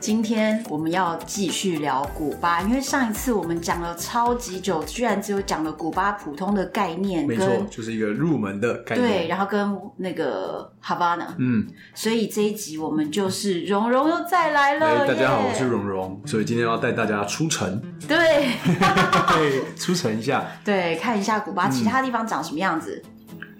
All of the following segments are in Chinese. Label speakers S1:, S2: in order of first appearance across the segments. S1: 今天我们要继续聊古巴，因为上一次我们讲了超级久，居然只有讲了古巴普通的概念
S2: 没
S1: 跟，
S2: 错，就是一个入门的概念。
S1: 对，然后跟那个 Havana，
S2: 嗯，
S1: 所以这一集我们就是蓉蓉又再来
S2: 哎、
S1: 了耶。
S2: 大家好，我是蓉蓉，所以今天要带大家出城，
S1: 对
S2: 对，出城一下。
S1: 对，看一下古
S2: 嗯
S1: 巴其他地方长什么样子。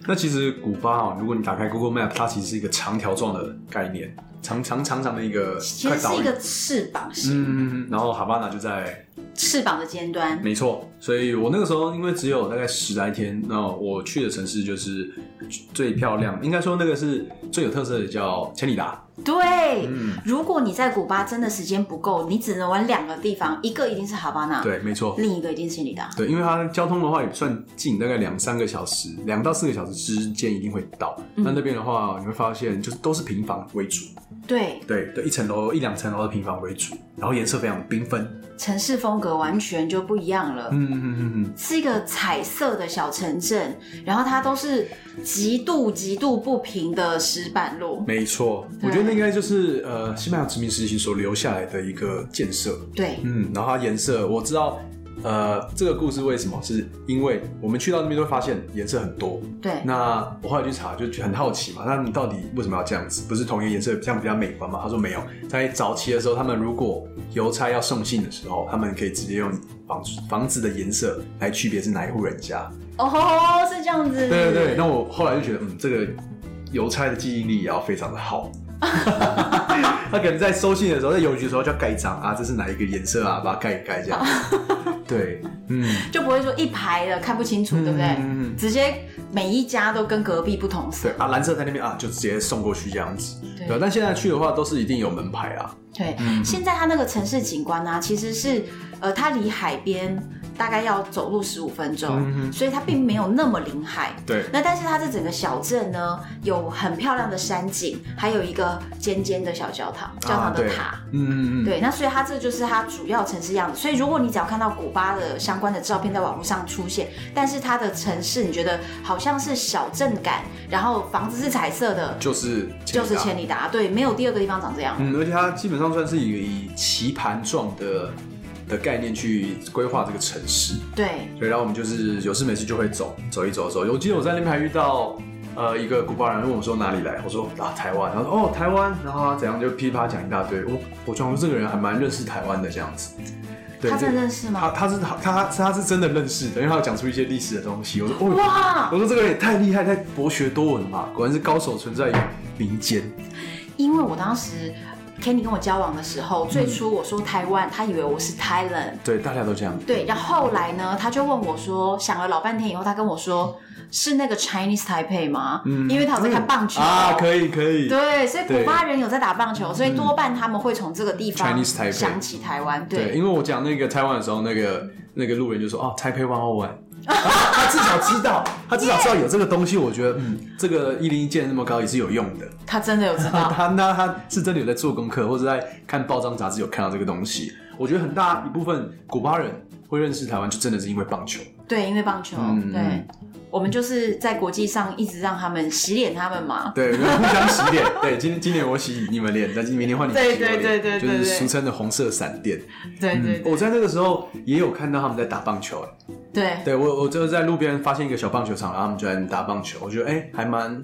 S2: 那其实古巴啊、如果你打开 Google Map，它其实是一个长条状的概念，长长长长的一个
S1: 其
S2: 块
S1: 实是
S2: 岛
S1: 一
S2: 屿。
S1: 个翅膀型，
S2: 嗯，然后哈巴那就在，
S1: 翅膀的尖端。
S2: 没错，所以我那个时候因为只有大概十来天，那我去的城市就是最漂亮，应该说那个是最有特色的，叫千里达。
S1: 对，
S2: 嗯，
S1: 如果你在古巴真的时间不够，你只能玩两个地方，一个一定是哈巴那，
S2: 对，没错。
S1: 另一个一定是千里达。
S2: 对，因为它交通的话也算近，大概两三个小时，两到四个小时之间一定会到。那、那边的话，你会发现就是都是平房为主，
S1: 对，
S2: 对对，一层楼一两层楼的平房为主，然后颜色非常缤纷。
S1: 城市风格完全就不一样了。
S2: 嗯嗯嗯嗯，
S1: 是一个彩色的小城镇，然后它都是极度极度不平的石板路。
S2: 没错，我觉得那应该就是呃西班牙殖民时期所留下来的一个建设。
S1: 对，
S2: 嗯，然后它颜色我知道。呃，这个故事为什么？是因为我们去到那边就会发现颜色很多。
S1: 对，
S2: 那我后来去查，就很好奇嘛，那你到底为什么要这样子？不是同一个颜色这样比较美观吗？他说没有，在早期的时候，他们如果邮差要送信的时候，他们可以直接用房子房子的颜色来区别是哪一户人家。
S1: 哦，是这样子。
S2: 对对对，那我后来就觉得，嗯，这个邮差的记忆力也要非常的 好。他可能在收信的时候，在邮局的时候就要盖章啊，这是哪一个颜色啊，把它盖一盖这样子。对，嗯，
S1: 就不会说一排的看不清楚，对不对？
S2: 嗯嗯嗯
S1: 直接每一家都跟隔壁不同
S2: 对
S1: 色。
S2: 啊，蓝色在那边啊，就直接送过去这样子。
S1: 对
S2: 对，但现在去的话都是一定有门牌啊。
S1: 对，现在它那个城市景观呢、啊其实是呃，它离海边大概要走路十五分钟，
S2: 嗯
S1: 所以它并没有那么临海。
S2: 对，
S1: 那但是它这整个小镇呢，有很漂亮的山景，还有一个尖尖的小教堂，教堂的
S2: 啊对
S1: 塔。
S2: 嗯嗯嗯，
S1: 对，那所以它这就是它主要城市样子。所以如果你只要看到古巴的相关的照片在网络上出现，但是它的城市你觉得好像是小镇感，然后房子是彩色的，
S2: 就是
S1: 就是千
S2: 里
S1: 里达，对，没有第二个地方长这样
S2: 达。。嗯，而且它基本上算是一个以棋盘状的的概念去规划这个城市，
S1: 对，
S2: 对，然后我们就是有事没事就会走走一走走。我记得我在那边还遇到。呃，一个古巴人问我说哪里来，我说啊台湾，然后说哦台湾，然后他怎样就噼里啪啦讲一大堆，我我觉得这个人还蛮认识台湾的这样子，对，
S1: 他
S2: 这
S1: 真的认识
S2: 他
S1: 吗？
S2: 他是他他他是真的认识的，因为他有讲出一些历史的东西，我说哦
S1: 哇，
S2: 我说这个人也太厉害，太博学多闻了嘛，果然是高手存在于民间。
S1: 因为我当时 Kenny 跟我交往的时候，
S2: 嗯
S1: 最初我说台湾，他以为我是 Thailand。
S2: 对，大家都这样。
S1: 对，然后后来呢，他就问我说，想了老半天以后，他跟我说是那个 Chinese Taipei 吗？嗯因为他有在看棒球
S2: 嗯啊，可以可以。
S1: 对，所以古
S2: 对
S1: 巴人有在打棒球，所以多半他们会从这个地方
S2: 嗯 Chinese Taipei
S1: 想起台湾。
S2: 对，
S1: 对，
S2: 因为我讲那个台湾的时候，那个那个路人就说哦，台北 One O One，他至少知道，他至少知道有这个东西。我觉得，嗯，这个一零一建那么高也是有用的。
S1: 他真的有知 道。
S2: 他那他是真的有在做功课，或者在看报章杂志有看到这个东西。我觉得很大一部分古巴人会认识台湾，就真的是因为棒球。
S1: 对，因为棒球，
S2: 嗯
S1: 对，我们就是在国际上一直让他们洗脸他们嘛。
S2: 对，互相洗脸。对，今今年我洗你们脸，但是明年换你洗我脸，
S1: 对对对对对
S2: 就是
S1: 对
S2: 俗称的红色闪电。
S1: 对对
S2: 嗯，
S1: 对
S2: 我在那个时候也有看到他们在打棒球、哎，
S1: 对
S2: 对我我就是在路边发现一个小棒球场，然后他们就在那边打棒球，我觉得哎、还蛮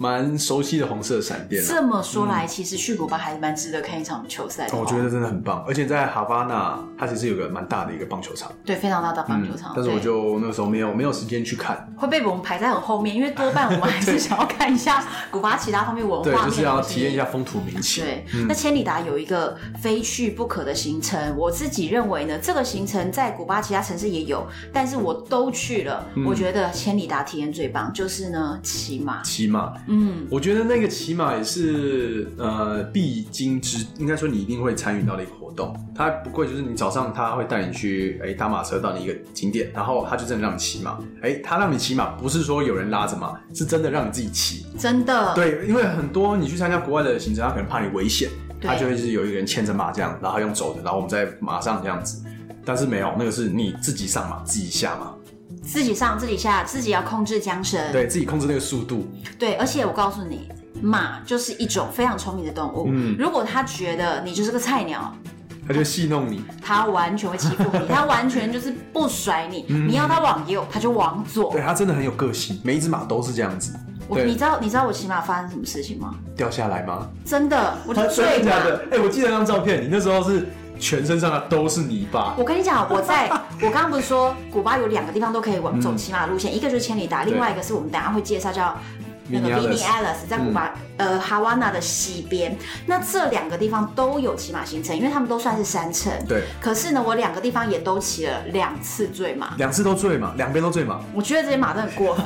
S2: 蛮熟悉的红色闪电、啊。
S1: 这么说来，其实去古巴还蛮值得看一场球赛的哦。
S2: 我觉得真的很棒，而且在哈巴那，它其实有个蛮大的一个棒球场，嗯
S1: 对非常大的棒球场，
S2: 但是我
S1: 对
S2: 就那时候没有没有时间去看，
S1: 会被我们排在很后面，因为多半我们还是想要看一下古巴其他方面文化
S2: 对，
S1: 面的
S2: 就是要
S1: 东西
S2: 体验一下风土民情。嗯
S1: 对，那千里达有一个非去不可的行程，我自己认为呢，这个行程在古巴其他城市也有，
S2: 嗯
S1: 但是我都去了，我觉得千里达体验最棒，就是呢骑马。
S2: 骑马，
S1: 嗯，
S2: 我觉得那个起码也是呃必经之，应该说你一定会参与到的一个活动。它不贵，就是你早上他会带你去，哎、搭马车到你一个景点，然后他就真的让你骑马。哎、他让你骑马不是说有人拉着马，是真的让你自己骑。
S1: 真的，
S2: 对，因为很多你去参加国外的行程，他可能怕你危险，
S1: 对
S2: 他就会是有一个人牵着马这样，然后用走的，然后我们在马上这样子。但是没有，那个是你自己上马，自己下马，
S1: 自己上自己下，自己要控制缰绳。
S2: 对自己控制那个速度。
S1: 对，而且我告诉你，马就是一种非常聪明的动物。
S2: 嗯
S1: 如果它觉得你就是个菜鸟，
S2: 他就戏弄你，
S1: 它完全会欺负你，它完全就是不甩你。你要它往右，它就往左
S2: 嗯对。他真的很有个性，每一只马都是这样子。
S1: 我
S2: 对
S1: 你知道你知道我骑马发生什么事情吗？
S2: 掉下来吗？
S1: 真的，我就
S2: 真
S1: 坠
S2: 的假
S1: 马。
S2: 的？哎、我记得那张照片，你那时候是全身上下都是泥巴，
S1: 我跟你 讲，啊我在我刚刚不是说古巴有两个地方都可以往走骑马路线，一个就是千里达，另外一个是我们等一下会介绍叫。那个
S2: Vinales
S1: Vini Alice 在古巴、
S2: 嗯
S1: 呃哈瓦那的西边，那这两个地方都有骑马行程，因为他们都算是山城。
S2: 对，
S1: 可是呢，我两个地方也都骑了两次醉马，
S2: 两次都醉嘛，两边都醉嘛。
S1: 我觉得这些马都很过分。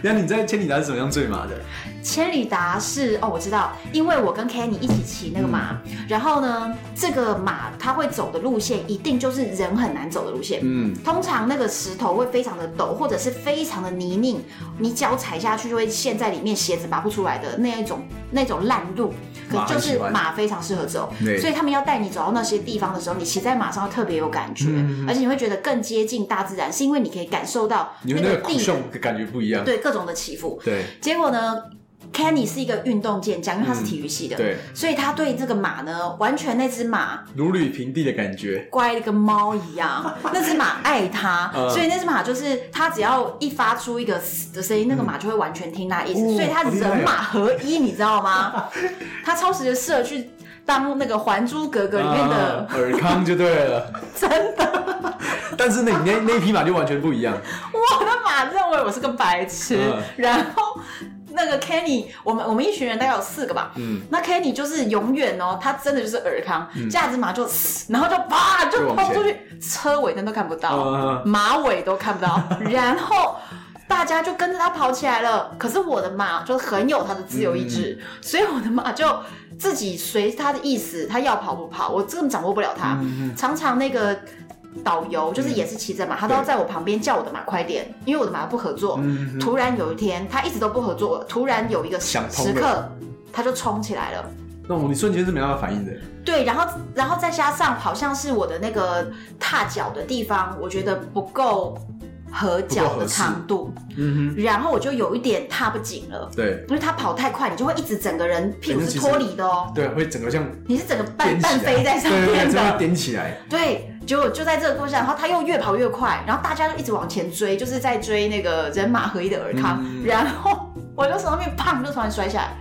S2: 然后你在千里达是怎么样醉嘛的？
S1: 千里达是哦，我知道，因为我跟 Kenny 一起骑那个马，
S2: 嗯
S1: 然后呢，这个马它会走的路线一定就是人很难走的路线。
S2: 嗯，
S1: 通常那个石头会非常的陡，或者是非常的泥泞，你脚踩下去就会陷在里面，鞋子拔不出来的那一种那种烂路。可
S2: 马很
S1: 就是
S2: 喜欢
S1: 马非常适合走，
S2: 对
S1: 所以他们要带你走到那些地方的时候，你骑在马上特别有感觉，
S2: 嗯
S1: 而且你会觉得更接近大自然，是因为你可以感受到
S2: 你们那
S1: 个
S2: 个
S1: 地
S2: 苦胸感觉不一样。
S1: 对各种的起伏。
S2: 对
S1: 结果呢，Kenny 是一个运动健将，因为他是体育系的，
S2: 嗯对，
S1: 所以他对这个马呢，完全那只马
S2: 如履平地的感觉。
S1: 乖的跟猫一样， 那只马爱它，
S2: 嗯
S1: 所以那只马就是它只要一发出一个嘶的声音，那个马就会完全听它的意思，
S2: 嗯哦
S1: 所以它
S2: 好厉害哦
S1: 人马合一，你知道吗？
S2: 哦
S1: 它超时的适合去当那个《还珠格格》里面的，
S2: 啊尔康就对了，
S1: 真的，
S2: 但是那你那那匹马就完全不一样，
S1: 我的马认为我是个白痴，
S2: 嗯
S1: 然后。那个 Kenny，我们我们一群人大概有四个吧，
S2: 嗯
S1: 那 Kenny 就是永远哦，他真的就是尔康，架子马就嘶，然后就啪就
S2: 就往
S1: 跑出
S2: 前
S1: 去，车尾灯都看不到，
S2: 嗯
S1: 马尾都看不 到，然后。大家就跟着他跑起来了，可是我的马就很有他的自由意志，
S2: 嗯
S1: 所以我的马就自己随他的意思，他要跑不跑，我根本掌握不了他。
S2: 啊嗯
S1: 常常那个导游就是也是骑着马，他都要在我旁边叫我的马快点，因为我的马不合
S2: 嗯
S1: 作。突然有一天，他一直都不合作，突然有一个时
S2: 想通
S1: 时
S2: 了
S1: 刻，他就冲起来了。
S2: 那我你瞬间是没办法反应的。
S1: 对，然后然后再加上好像是我的那个踏脚的地方，我觉得不够合脚
S2: 不够
S1: 的
S2: 合适
S1: 长度，
S2: 嗯
S1: 然后我就有一点踏不紧了
S2: 哼，，对
S1: 因为它跑太快，你就会一直整个人屁股
S2: 哎那
S1: 是
S2: 其实
S1: 脱离的哦，
S2: 对，会整个像
S1: 你是整个半
S2: 颠起来
S1: 半飞在上
S2: 对对
S1: 面
S2: 对，真的
S1: 的，
S2: 颠起来。
S1: 对。结果就在这个过程，然后他又越跑越快，然后大家就一直往前追，就是在追那个人马合一的尔康，
S2: 嗯
S1: 然后我就从上面砰就突然摔下来，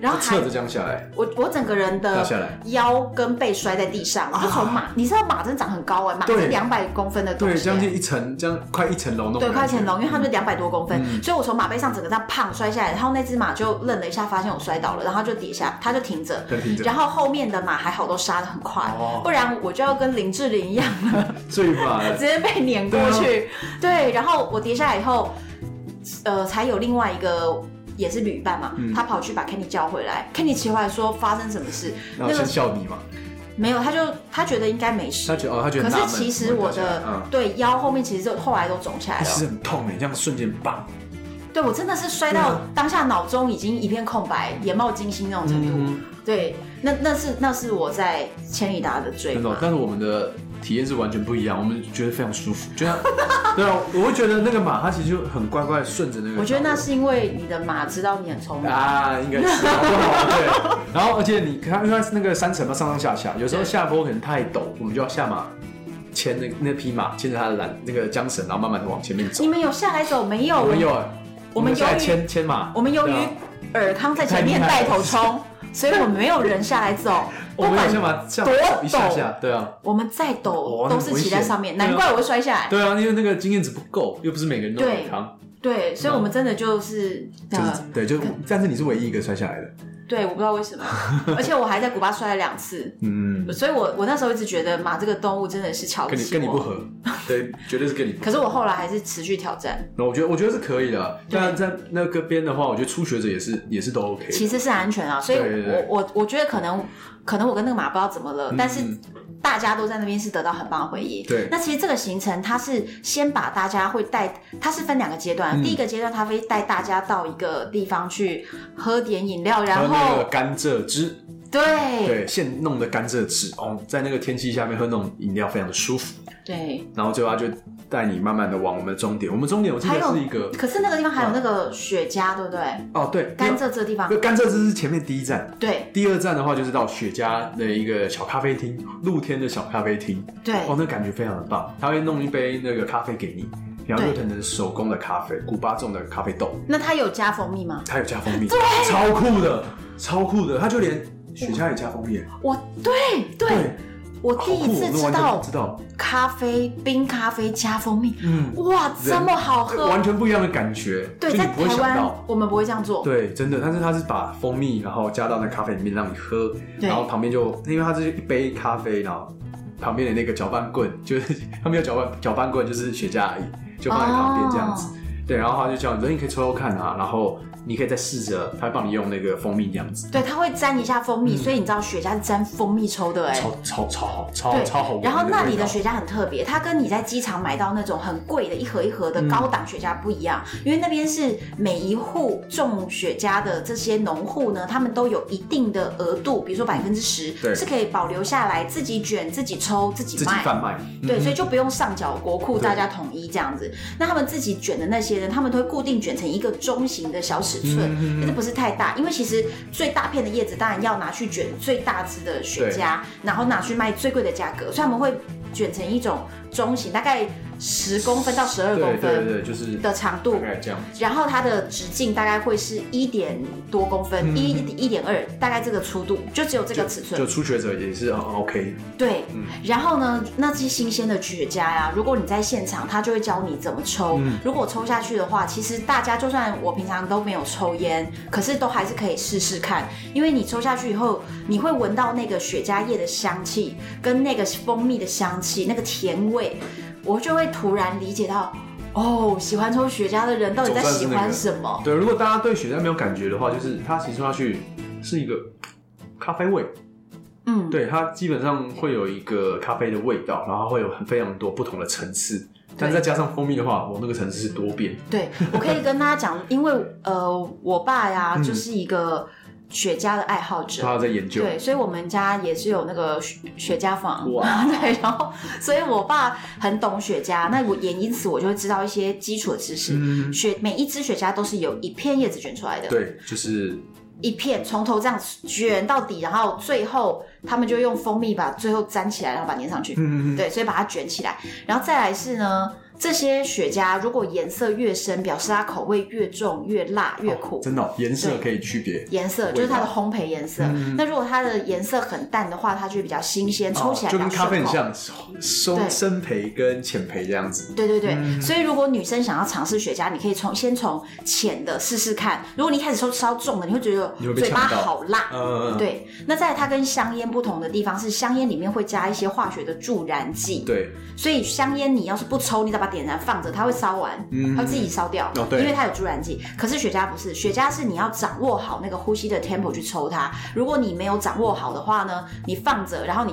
S1: 然后还
S2: 侧着这样下来，
S1: 我我整个人
S2: 掉
S1: 的
S2: 下来啊
S1: 腰跟背摔在地上，我就从马，你知道马真的长很高哎、马
S2: 对
S1: 是两百公分的东
S2: 对，
S1: 西、啊欸
S2: 将近一层，这样快一层楼那种
S1: 对，
S2: 感觉。
S1: 快潜龙，因为它就两百多公分，
S2: 嗯
S1: 所以我从马背上整个这样胖摔下来，然后那只马就愣了一下，发现我摔倒了，然后就跌下，它就停着，
S2: 对停着
S1: 然后后面的马还好都杀的很快，
S2: 哦
S1: 不然我就要跟林志玲一样了，
S2: 最马了
S1: 直。接被碾过去。
S2: 啊
S1: 对，然后我跌下来以后，呃，才有另外一个。也是旅伴嘛，
S2: 嗯
S1: 他跑去把 Kenny 叫回来，Kenny 奇怪说发生什么事，
S2: 然后先笑你嘛，
S1: 没有，他就他觉得应该没事。
S2: 他觉得哦，他觉得
S1: 可
S2: 纳闷
S1: 是其实我的、
S2: 嗯，
S1: 对腰后面其实就后来都肿起来
S2: 哎其实
S1: 了，
S2: 很痛哎，这样瞬间棒，
S1: 对我真的是摔
S2: 对
S1: 到
S2: 啊
S1: 当下脑中已经一片空白，眼冒金星那种程度。
S2: 嗯
S1: 对，那那是那是我在千里达的追
S2: 真
S1: 嘛
S2: 的。，但是我们的体验是完全不一样，我们觉得非常舒服，就像 对啊，我会觉得那个马它其实就很乖乖地顺着那个，
S1: 我觉得那是因为你的马知道你很聪明，
S2: 啊，应该 是搞不好对。然后而且你看，因为它是那个山城嘛，上上下下，有时候下坡可能太陡，我们就要下马。牵那那匹马，牵着它的缆那个缰绳，然后慢慢的往前面走
S1: 你。们有下来走没有？
S2: 我们有，
S1: 我们
S2: 下来
S1: 由于
S2: 牵牵马，
S1: 我们由于
S2: 对啊
S1: 尔康在前面
S2: 太厉害
S1: 带
S2: 了
S1: 头 冲，所以我们没有人下来走，
S2: 我
S1: 不
S2: 们有
S1: 管
S2: 先把下
S1: 多
S2: 一下下，对啊，
S1: 我们再
S2: 哦
S1: 陡
S2: 那
S1: 都是
S2: 很危
S1: 骑在
S2: 险
S1: 上面，
S2: 对啊
S1: 难怪我会摔下来。
S2: 对啊，因为那个经验值不够，又不是每个人都
S1: 对嗯
S2: 很康，
S1: 对，所以我们真的就是
S2: 就是对，就是但是你是唯一一个摔下来的，
S1: 对，我不知道为 什么，而且我还在古巴摔了两次，
S2: 嗯，
S1: 所以我我那时候一直觉得马这个动物真的是瞧不
S2: 跟你
S1: 起我。
S2: 跟你不合，对，绝对是跟你不合。
S1: 可是我后来还是持续挑战，
S2: 那我觉得我觉得是可以的，但在那个边的话，我觉得初学者也是也是都 OK 的。
S1: 其实是安全啊，所以我
S2: 对对对
S1: 我我觉得可能可能我跟那个马不知道怎么了，但是
S2: 嗯
S1: 大家都在那边是得到很棒的回忆。
S2: 对
S1: 那其实这个行程它是先把大家会带，它是分两个阶段，
S2: 嗯
S1: 第一个阶段它会带大家到一个地方去喝点饮料，
S2: 还有
S1: 然
S2: 那个
S1: 后
S2: 甘蔗汁，
S1: 对
S2: 对，现弄的甘蔗汁哦，在那个天气下面喝那种饮料非常的舒服。
S1: 对，
S2: 然后最后他就带你慢慢的往我们的终点，我们终点我记
S1: 还
S2: 得
S1: 有
S2: 是一个
S1: 可是那个地方还有那个雪茄，对不对？
S2: 哦对
S1: 甘蔗这个地方
S2: 那，甘蔗汁是前面第一站，
S1: 对
S2: 第二站的话就是到雪茄的一个小咖啡厅，露天的小咖啡厅，
S1: 对
S2: 哦，那感觉非常的棒。他会弄一杯那个咖啡给你，然后热腾腾手工的咖啡，古巴种的咖啡豆，
S1: 那它有加蜂蜜吗？
S2: 它有加蜂蜜，超酷的，超酷的，它就连雪茄也加蜂蜜，
S1: 我对对
S2: 对，
S1: 我
S2: 好
S1: 第一
S2: 酷，
S1: 次
S2: 那
S1: 知
S2: 完全
S1: 道
S2: 不知道，
S1: 咖啡冰咖啡加蜂蜜，
S2: 嗯，
S1: 哇，这么好
S2: 人完
S1: 喝！
S2: 全不一样的感觉，
S1: 对，
S2: 就你
S1: 在
S2: 不会
S1: 台
S2: 想到
S1: 湾。我们不会这样做。
S2: 对，真的，但是它是把蜂蜜然后加到那咖啡里面让你喝，
S1: 对
S2: 然后旁边就因为它是一杯咖啡，然后旁边的那个搅拌棍就是它没有搅拌搅拌棍，就是雪茄而已，就放在旁边这样子。对，然后他就叫你说你可以抽抽看啊，然后你可以再试着，他会帮你用那个蜂蜜这样子，
S1: 对，它会沾一下蜂蜜，
S2: 嗯
S1: 所以你知道雪茄是沾蜂蜜抽的哎、
S2: 超超超好，超
S1: 对
S2: 超好闻的味道。
S1: 然后那里的雪茄很特别，它跟你在机场买到那种很贵的一盒一盒的高档雪茄不一样，因为那边是每一户种雪茄的这些农户呢，他们都有一定的额度，比如说百分之十
S2: 对
S1: 是可以保留下来自己卷、自己抽、自己
S2: 自己
S1: 卖。
S2: 贩卖，
S1: 对，
S2: 嗯
S1: 所以就不用上缴国库，
S2: 对
S1: 大家统一这样子。那他们自己卷的那些人，他们都会固定卷成一个中型的小尺寸，
S2: 嗯嗯嗯
S1: 但是不是太大，因为其实最大片的叶子当然要拿去卷最大只的雪茄，然后拿去卖最贵的价格，所以他们会卷成一种中型，大概十公分到十二
S2: 对
S1: 公
S2: 对对
S1: 分
S2: 对，就是
S1: 的长度
S2: 大。概这样。
S1: 然后它的直径大概会是一点多公分，
S2: 嗯
S1: 一一点二，大概这个粗度，就只有这个尺寸
S2: 就。初学者也是很 OK，
S1: 对，
S2: 嗯
S1: 然后呢，那些新鲜的雪茄呀、如果你在现场，他就会教你怎么抽。
S2: 嗯
S1: 如果抽下去的话，其实大家就算我平常都没有抽烟，可是都还是可以试试看，因为你抽下去以后，你会闻到那个雪茄叶的香气，跟那个蜂蜜的香气，那个甜味，我就会突然理解到。哦，喜欢抽雪茄的人到底在
S2: 总算
S1: 喜
S2: 是那个
S1: 欢什么？
S2: 对，如果大家对雪茄没有感觉的话，就是它其实说下去是一个咖啡味，
S1: 嗯，
S2: 对，它基本上会有一个咖啡的味道，然后会有很非常多不同的层次。但再加上蜂蜜的话，我那个层次是多变。
S1: 对，我可以跟大家讲，因为呃，我爸呀，
S2: 嗯
S1: 就是一个雪茄的爱好者，
S2: 他在研究，
S1: 对，所以我们家也是有那个雪雪茄房，
S2: 哇
S1: 对，然后所以我爸很懂雪茄，那我也因此我就会知道一些基础的知识。
S2: 嗯，
S1: 雪每一支雪茄都是由一片叶子卷出来的，
S2: 对，就是
S1: 一片从头这样卷到底，然后最后他们就用蜂蜜把最后粘起来，然后把它粘上去。
S2: 嗯，
S1: 对，所以把它卷起来。然后再来是呢，这些雪茄如果颜色越深，表示它口味越重、越辣、越苦。
S2: 真的哦颜色可以区别。
S1: 颜色就是它的烘焙颜色，
S2: 嗯
S1: 那如果它的颜色很淡的话，它就比较新鲜，抽起来
S2: 哦就
S1: 比较
S2: 跟咖啡
S1: 顺
S2: 很
S1: 口。
S2: 像，深
S1: 对
S2: 深培跟浅培这样子。
S1: 对对对，
S2: 嗯
S1: 所以如果女生想要尝试雪茄，你可以从先从浅的试试看。如果你一开始抽超重的，你会觉得
S2: 你会被
S1: 嘴巴
S2: 呛到
S1: 好辣，
S2: 嗯，
S1: 对，那在它跟香烟不同的地方是，香烟里面会加一些化学的助燃剂，
S2: 对，
S1: 所以香烟你要是不抽，你只要把它点燃放着，它会烧完，
S2: 嗯
S1: 它会自己烧掉，
S2: 哦对
S1: 因为它有助燃剂。可是雪茄不是，雪茄是你要掌握好那个呼吸的 tempo 去抽它。如果你没有掌握好的话呢，你放着，然后你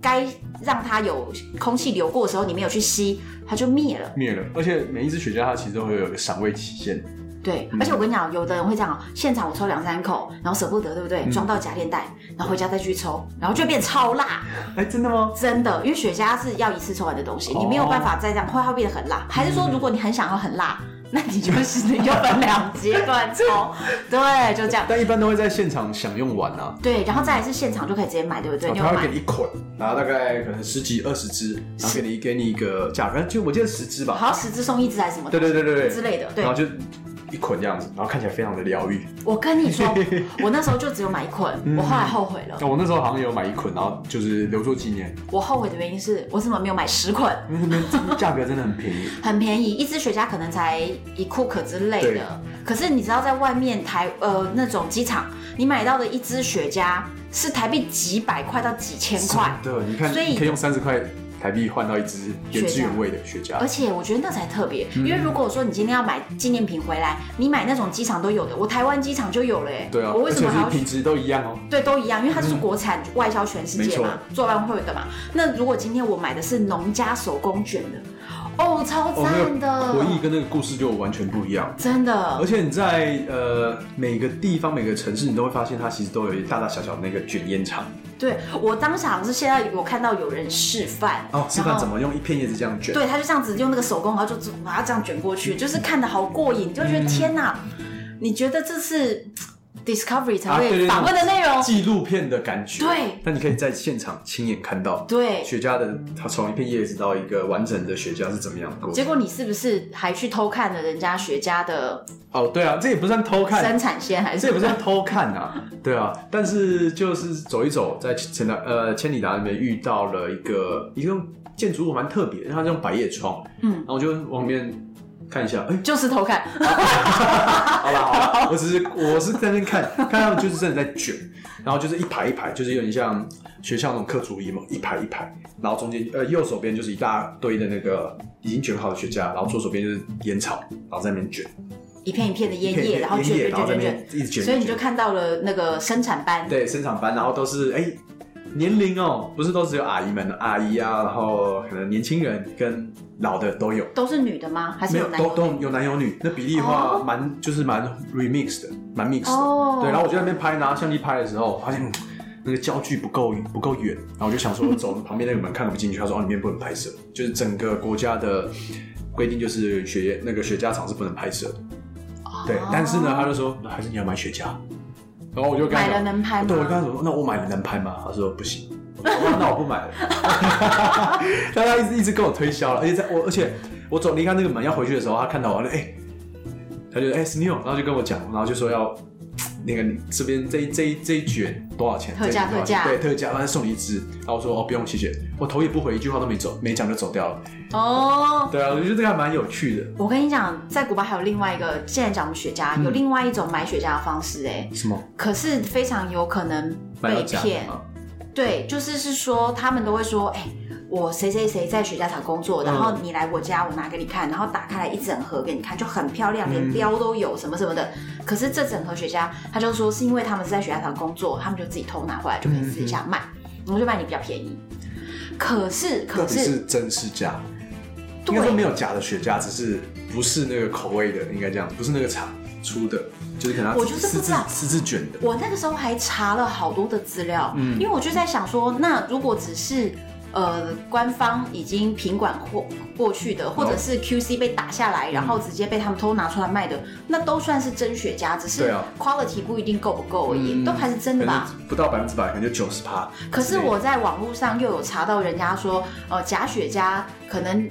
S1: 该让它有空气流过的时候，你没有去吸，它就灭了。
S2: 灭了。而且每一支雪茄它其实都会有一个赏味期限，
S1: 对，
S2: 嗯
S1: 而且我跟你讲，有的人会这样哦，现场我抽两三口，然后舍不得，对不
S2: 嗯
S1: 对？装到夹链袋，然后回家再去抽，然后就变超辣。
S2: 哎，真的吗？
S1: 真的，因为雪茄是要一次抽完的东西，
S2: 哦嗯
S1: 你没有办法再这样，会它会变得很辣。还是说，如果你很想要很辣，那你就是你就分两阶段抽， 对，就这样。
S2: 但一般都会在现场享用完啊，
S1: 对，然后再来是现场就可以直接买，对不对？
S2: 哦
S1: 你有
S2: 他会
S1: 买
S2: 给你一捆，然后大概可能十几二十支，然后给你给你一个价格，就我记得十支吧，
S1: 好像十支送一支还是什么？
S2: 对对对对对
S1: 之类的对
S2: 然后就一捆这样子，然后看起来非常的疗愈。
S1: 我跟你 说，我那时候就只有买一捆，我后来后悔了。
S2: 哦那我那时候好像有买一捆，然后就是留作纪念，
S1: 我后悔的原因是我怎么没有买十捆？
S2: 因为那边价格真的很便 宜。
S1: 很便宜，一支雪茄可能才一库克之类
S2: 对
S1: 的。可是你知道，在外面台呃那种机场，你买到的一支雪茄是台币几百块到几千块，
S2: 真的，你看，
S1: 所以
S2: 你可以用三十块台币换到一支原汁
S1: 雪茄
S2: 原味的雪茄
S1: 而。且我觉得那才特别。
S2: 嗯
S1: 因为如果说你今天要买纪念品回来，你买那种机场都有的，我台湾机场就有了哎、
S2: 对啊，
S1: 我为
S2: 而
S1: 什
S2: 且
S1: 么还
S2: 是
S1: 要
S2: 品质都一样哦。
S1: 对，都一样，因为它是国产外销全世界嘛，做外汇的嘛。那如果今天我买的是农家手工卷的，哦，超
S2: 哦，
S1: 赞的，
S2: 那个回忆跟那个故事就完全不一样。
S1: 真
S2: 而
S1: 的，
S2: 且你在呃每个地方、每个城市，你都会发现它其实都有一大大小小的那个卷烟厂
S1: 对我当场是现在有看到有人示范，
S2: 哦，示
S1: 然
S2: 范
S1: 后
S2: 怎么用一片叶子这样卷。
S1: 对，他就这样子用那个手工，然后就把它这样卷过去，就是看的好过瘾，就
S2: 嗯
S1: 觉得天哪！你觉得这是 Discovery 才
S2: 啊对
S1: 会
S2: 对
S1: 访问的内容？
S2: 纪录片的感觉，
S1: 对
S2: 那你可以在现场亲眼看到
S1: 对，
S2: 雪茄的，它从一片叶子到一个完整的雪茄是怎么样的过程
S1: 结果你是不是还去偷看了人家雪茄的
S2: 哦，对啊，这也不算偷看
S1: 生，产线？还
S2: 这
S1: 是
S2: 也不算偷看啊， 对啊，但是就是走一走，在千达呃千里达那边遇到了一个一个建筑物蛮特别，它是用百叶窗，
S1: 嗯
S2: 然后我就往里面看一下，哎、
S1: 就是偷看？
S2: 好啦好啦， 我只是我是在那边看，看他们就是真的在卷，然后就是一排一排，就是有点像学校那种课桌椅嘛，一排一排，然后中间呃右手边就是一大堆的那个已经卷好的雪茄，然后左手边就是烟草，然后在那边卷，
S1: 一片一片的烟
S2: 一
S1: 叶，
S2: 片
S1: 然后
S2: 烟
S1: 卷
S2: 叶，
S1: 卷
S2: 然后
S1: 卷
S2: 在
S1: 卷
S2: 那
S1: 卷
S2: 边，一直卷，
S1: 所以你
S2: 一直
S1: 就
S2: 卷
S1: 看到了那个生产班，
S2: 对生产班，然后都是哎、年龄哦、不是都只有阿姨们，阿姨啊，然后可能年轻人跟老的都有。
S1: 都是女的吗？还是
S2: 没
S1: 有
S2: 有，
S1: 男
S2: 都
S1: 的？
S2: 都有男有女，那比例的话
S1: 哦
S2: 蛮、就是蛮 remix 的，蛮 mix 的。
S1: 哦
S2: 对，然后我就在那边拍，拿相机拍的时候，发现嗯那个焦距不够不够远，然后我就想说走旁边那个门看不进去，他说哦里面不能拍摄，就是整个国家的规定就是雪那个雪茄厂是不能拍摄的。对，但是呢，他就说那还是你要买雪 茄，然后我就跟他
S1: 买了
S2: 讲，
S1: 能拍吗？
S2: 哦对，我跟他说那我买了能拍吗？他说不 行。我说那我不买了，但 他一直一直跟我推销了，而且在我而且我走离开那个门要回去的时候，他看到我，哎、他就哎、s n e l 然后就跟我讲，然后就说要那个你这边这一这一这一卷多少钱？
S1: 特价
S2: 这一卷多少钱
S1: 特价
S2: 对特价，然后送你一支，然后我说哦不用谢谢，我头也不回，一句话都没走，没讲就走掉了。
S1: 哦。
S2: 对啊，我觉得这个还蛮有趣的。
S1: 我跟你讲，在古巴还有另外一个，现在讲我们雪茄，
S2: 嗯
S1: 有另外一种买雪茄的方式、哎，
S2: 什么？
S1: 可是非常有可能
S2: 买到
S1: 被
S2: 假
S1: 骗
S2: 的。吗？
S1: 对，就是是说，他们都会说，哎、我谁谁谁在雪茄厂工
S2: 嗯
S1: 作，然后你来我家，我拿给你看，然后打开来一整盒给你看，就很漂
S2: 嗯
S1: 亮，连标都有什么什么的。可是这整盒雪茄，他就说是因为他们是在雪茄厂工作，他们就自己偷拿回来，就
S2: 嗯
S1: 可以私底下卖，我们就卖你比较便宜。可是，
S2: 到
S1: 可
S2: 底
S1: 是，
S2: 是真是假？应该说没
S1: 对，
S2: 有假的雪茄，只是不是那个口味的，应该这样，不是那个厂出的，就是可能它
S1: 我就是不
S2: 私
S1: 知
S2: 自
S1: 道
S2: 私自卷的。
S1: 我那个时候还查了好多的资料，
S2: 嗯
S1: 因为我就在想说，那如果只是呃官方已经品管过过去的，或者
S2: 哦
S1: 是 QC 被打下
S2: 嗯
S1: 来，然后直接被他们偷拿出来卖的，那都算是真雪茄，只
S2: 对
S1: 是
S2: 啊
S1: quality 不一定够不够而已，
S2: 嗯
S1: 都还是真的
S2: 可能
S1: 吧。
S2: 不到百分之百，可能就九十趴。
S1: 可是我在网络上又有查到人家说，呃，假雪茄可能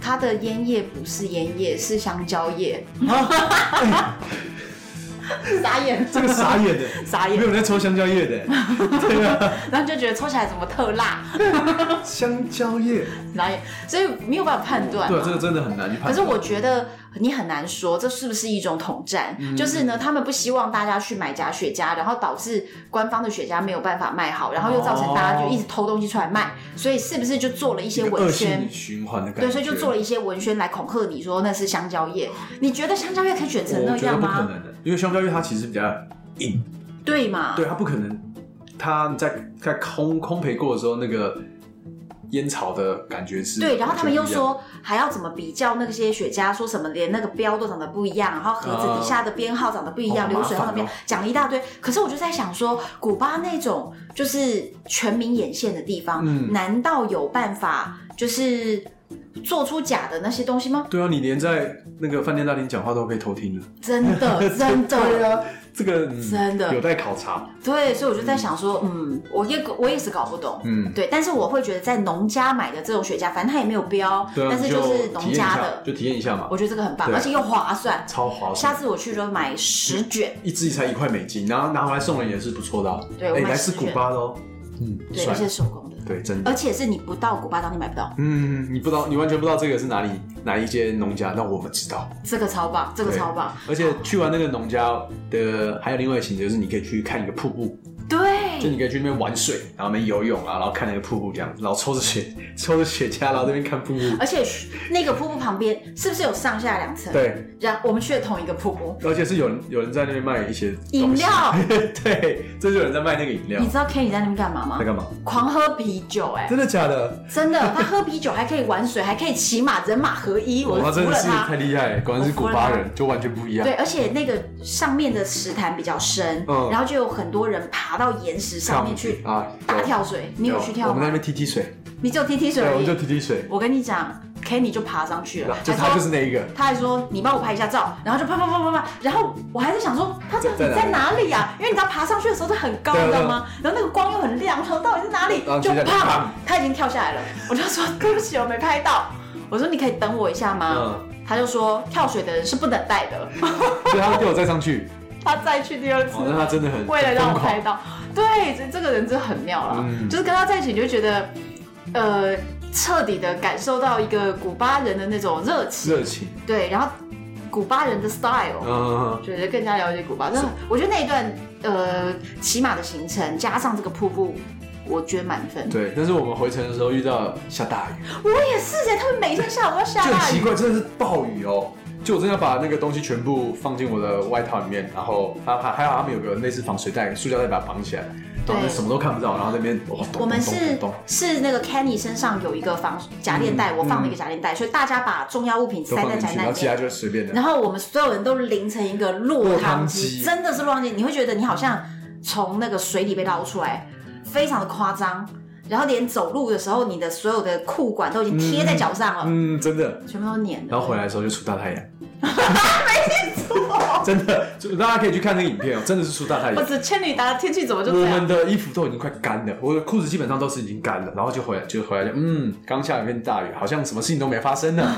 S1: 它的烟叶不是烟叶，是香蕉 叶。 傻眼，
S2: 这 个傻眼的，
S1: 傻
S2: 没
S1: 眼，
S2: 有人在抽香蕉叶的，对啊，
S1: 然后就觉得抽起来怎么特辣，
S2: 香蕉叶，
S1: 傻眼，所以没有办法判断嘛。
S2: 对啊，这个真的很难去判
S1: 可
S2: 断。
S1: 是我觉得你很难说，这是不是一种统战？
S2: 嗯
S1: 就是呢，他们不希望大家去买假雪茄，然后导致官方的雪茄没有办法卖好，然后又造成大家就一直偷东西出来卖，所以是不是就做了一些
S2: 哦一个
S1: 文
S2: 恶
S1: 宣
S2: 性？循环的感觉，
S1: 对，所以就做了一些文宣来恐吓你说那是香蕉叶。你觉得香蕉叶可以卷成那
S2: 我觉得
S1: 样
S2: 不可
S1: 吗？啊
S2: 能的，因为香蕉叶它其实比较硬，
S1: 对嘛？
S2: 对，它不可能，它在在空空培过的时候，那个烟草的感觉是
S1: 对，然后他们又
S2: 完全不一样的
S1: 说还要怎么比较那些雪茄，说什么连那个标都长得不一样，然后盒子底下的编号长得不一样，
S2: 哦
S1: 流水
S2: 好
S1: 号的
S2: 麻烦哦
S1: 编，讲了一大堆。可是我就在想说，古巴那种就是全民眼线的地方，
S2: 嗯
S1: 难道有办法就是做出假的那些东西吗？
S2: 对啊，你连在那个饭店大厅讲话都被偷听了。
S1: 真 的，真
S2: 对
S1: 的，
S2: 啊，这个、嗯
S1: 真的
S2: 有待考察。
S1: 对，所以我就在想说，嗯，我也我也是搞不懂。
S2: 嗯，
S1: 对，但是我会觉得在农家买的这种雪茄，反正它也没有标，
S2: 对啊，
S1: 但是
S2: 你就
S1: 就是
S2: 体验
S1: 农
S2: 一
S1: 家
S2: 下
S1: 的，
S2: 就体验一下嘛
S1: 我，觉得这个很棒，
S2: 对
S1: 而且又划算。
S2: 超划
S1: 下
S2: 算。
S1: 次我去就买十卷，
S2: 一支才一块美金，然后拿回来送人也是不错的、啊。
S1: 对我
S2: 哎、
S1: 买
S2: 来自
S1: 十
S2: 古
S1: 卷
S2: 巴的哦。嗯，
S1: 对，
S2: 帅
S1: 而。且手工的，
S2: 对，真的。
S1: 而且是你不到古巴当地买不到，
S2: 嗯，你不知道，你完全不知道这个是哪里哪一间农家，那我们知道。
S1: 这个超棒，这个
S2: 对
S1: 超棒，
S2: 而且去完那个农家的，还有另外一个行程，就是你可以去看一个瀑布，
S1: 嗯
S2: 就
S1: 对，
S2: 你可以去那边玩水，然后那边游泳啊，然后看那个瀑布这样，然后抽着雪 抽着雪茄，然后在那边看瀑布。
S1: 而且那个瀑布旁边是不是有上下两层？，
S2: 对，
S1: 然我们去了同一个瀑布，
S2: 而且是有人有人在那边卖一些
S1: 饮
S2: 东西。
S1: 料，
S2: 对，这就有人在卖那个饮料
S1: 你，知道 Kenny 在那边干嘛吗
S2: 在？干嘛？
S1: 狂喝啤酒，哎，
S2: 真的假的？
S1: 真的，他喝啤酒还可以玩水，还可以骑马，人马合一，我
S2: 哇，他
S1: 服
S2: 真的
S1: 了
S2: 是啊
S1: 他
S2: 太。厉害了，果然是古巴人，就完全不一样
S1: 对，。而且那个上面的石潭比较深，
S2: 嗯
S1: 然后就有很多人爬到岩石上面去
S2: 啊，
S1: 大跳水。你有去跳
S2: 我们在
S1: 吗
S2: 那？边踢踢水，
S1: 你只有踢踢水
S2: 对，我
S1: 而
S2: 们就
S1: 已。
S2: 踢踢水，啊
S1: 我跟你讲，Kenny 就爬上去了，
S2: 就
S1: 还
S2: 他
S1: 说
S2: 就是那一个。
S1: 他还说你帮我拍一下照，然后就啪啪啪啪啪，然后我还在想说他到底
S2: 在哪里
S1: 在哪里啊呀、因为你知道爬上去的时候是很高，
S2: 对啊
S1: 你知道吗？然后那个光又很亮，然后到底在哪里
S2: 然后？
S1: 就
S2: 接下来就砰
S1: 啪，他已经跳下来了，我就说 对不起，我没拍到。我说你可以等我一下吗？
S2: 嗯，
S1: 他就说跳水的人是不等待的，
S2: 所以他们叫我再上去，
S1: 他再去第二次
S2: 哦，，那他真的很
S1: 为了让我
S2: 疯狂
S1: 拍到。对，这这个人真的很妙啦，
S2: 嗯
S1: 就是跟他在一起你就觉得，呃，彻底的感受到一个古巴人的那种热情，
S2: 热情，
S1: 对，然后古巴人的 style，、
S2: 嗯，
S1: 觉得更加了解古巴。那我觉得那一段呃骑马的行程加上这个瀑布，我觉得满分。
S2: 嗯对。但是我们回程的时候遇到下大雨，
S1: 我也是耶，他们每天下午都
S2: 就
S1: 下大
S2: 很奇
S1: 雨。
S2: 怪，真的是暴雨哦。就我真的要把那个东西全部放进我的外套里面，然后还还还好他们有个类似防水袋、塑胶袋把它绑起来，然后
S1: 对
S2: 什么都看不到，然后在那边哇，咚
S1: 我们
S2: 咚
S1: 是
S2: 咚咚
S1: 是那个 Kenny 身上有一个防夹链袋，
S2: 嗯
S1: 我放了一个夹链袋，所以大家把重要物品
S2: 都
S1: 塞在
S2: 放进
S1: 夹
S2: 去，然后
S1: 链
S2: 其
S1: 袋
S2: 他
S1: 内。
S2: 就是随便的。
S1: 然后我们所有人都淋成一个落
S2: 落汤
S1: 汤
S2: 鸡
S1: 鸡，真的是落汤鸡，你会觉得你好像从那个水里被捞出来，非常的夸张。然后连走路的时候，你的所有的裤管都已经贴在脚上了，
S2: 嗯，真的。
S1: 全部都粘的。
S2: 然后回来的时候就出大 太阳，没错，真的，就大家可以去看那个影片哦，真的是出大太
S1: 我
S2: 阳。
S1: 只千里达的天气怎么就
S2: 我
S1: 这样？
S2: 们的衣服都已经快干了，我的裤子基本上都是已经干了，然后就回来就回来就嗯，刚下一片大雨，好像什么事情都没发生呢。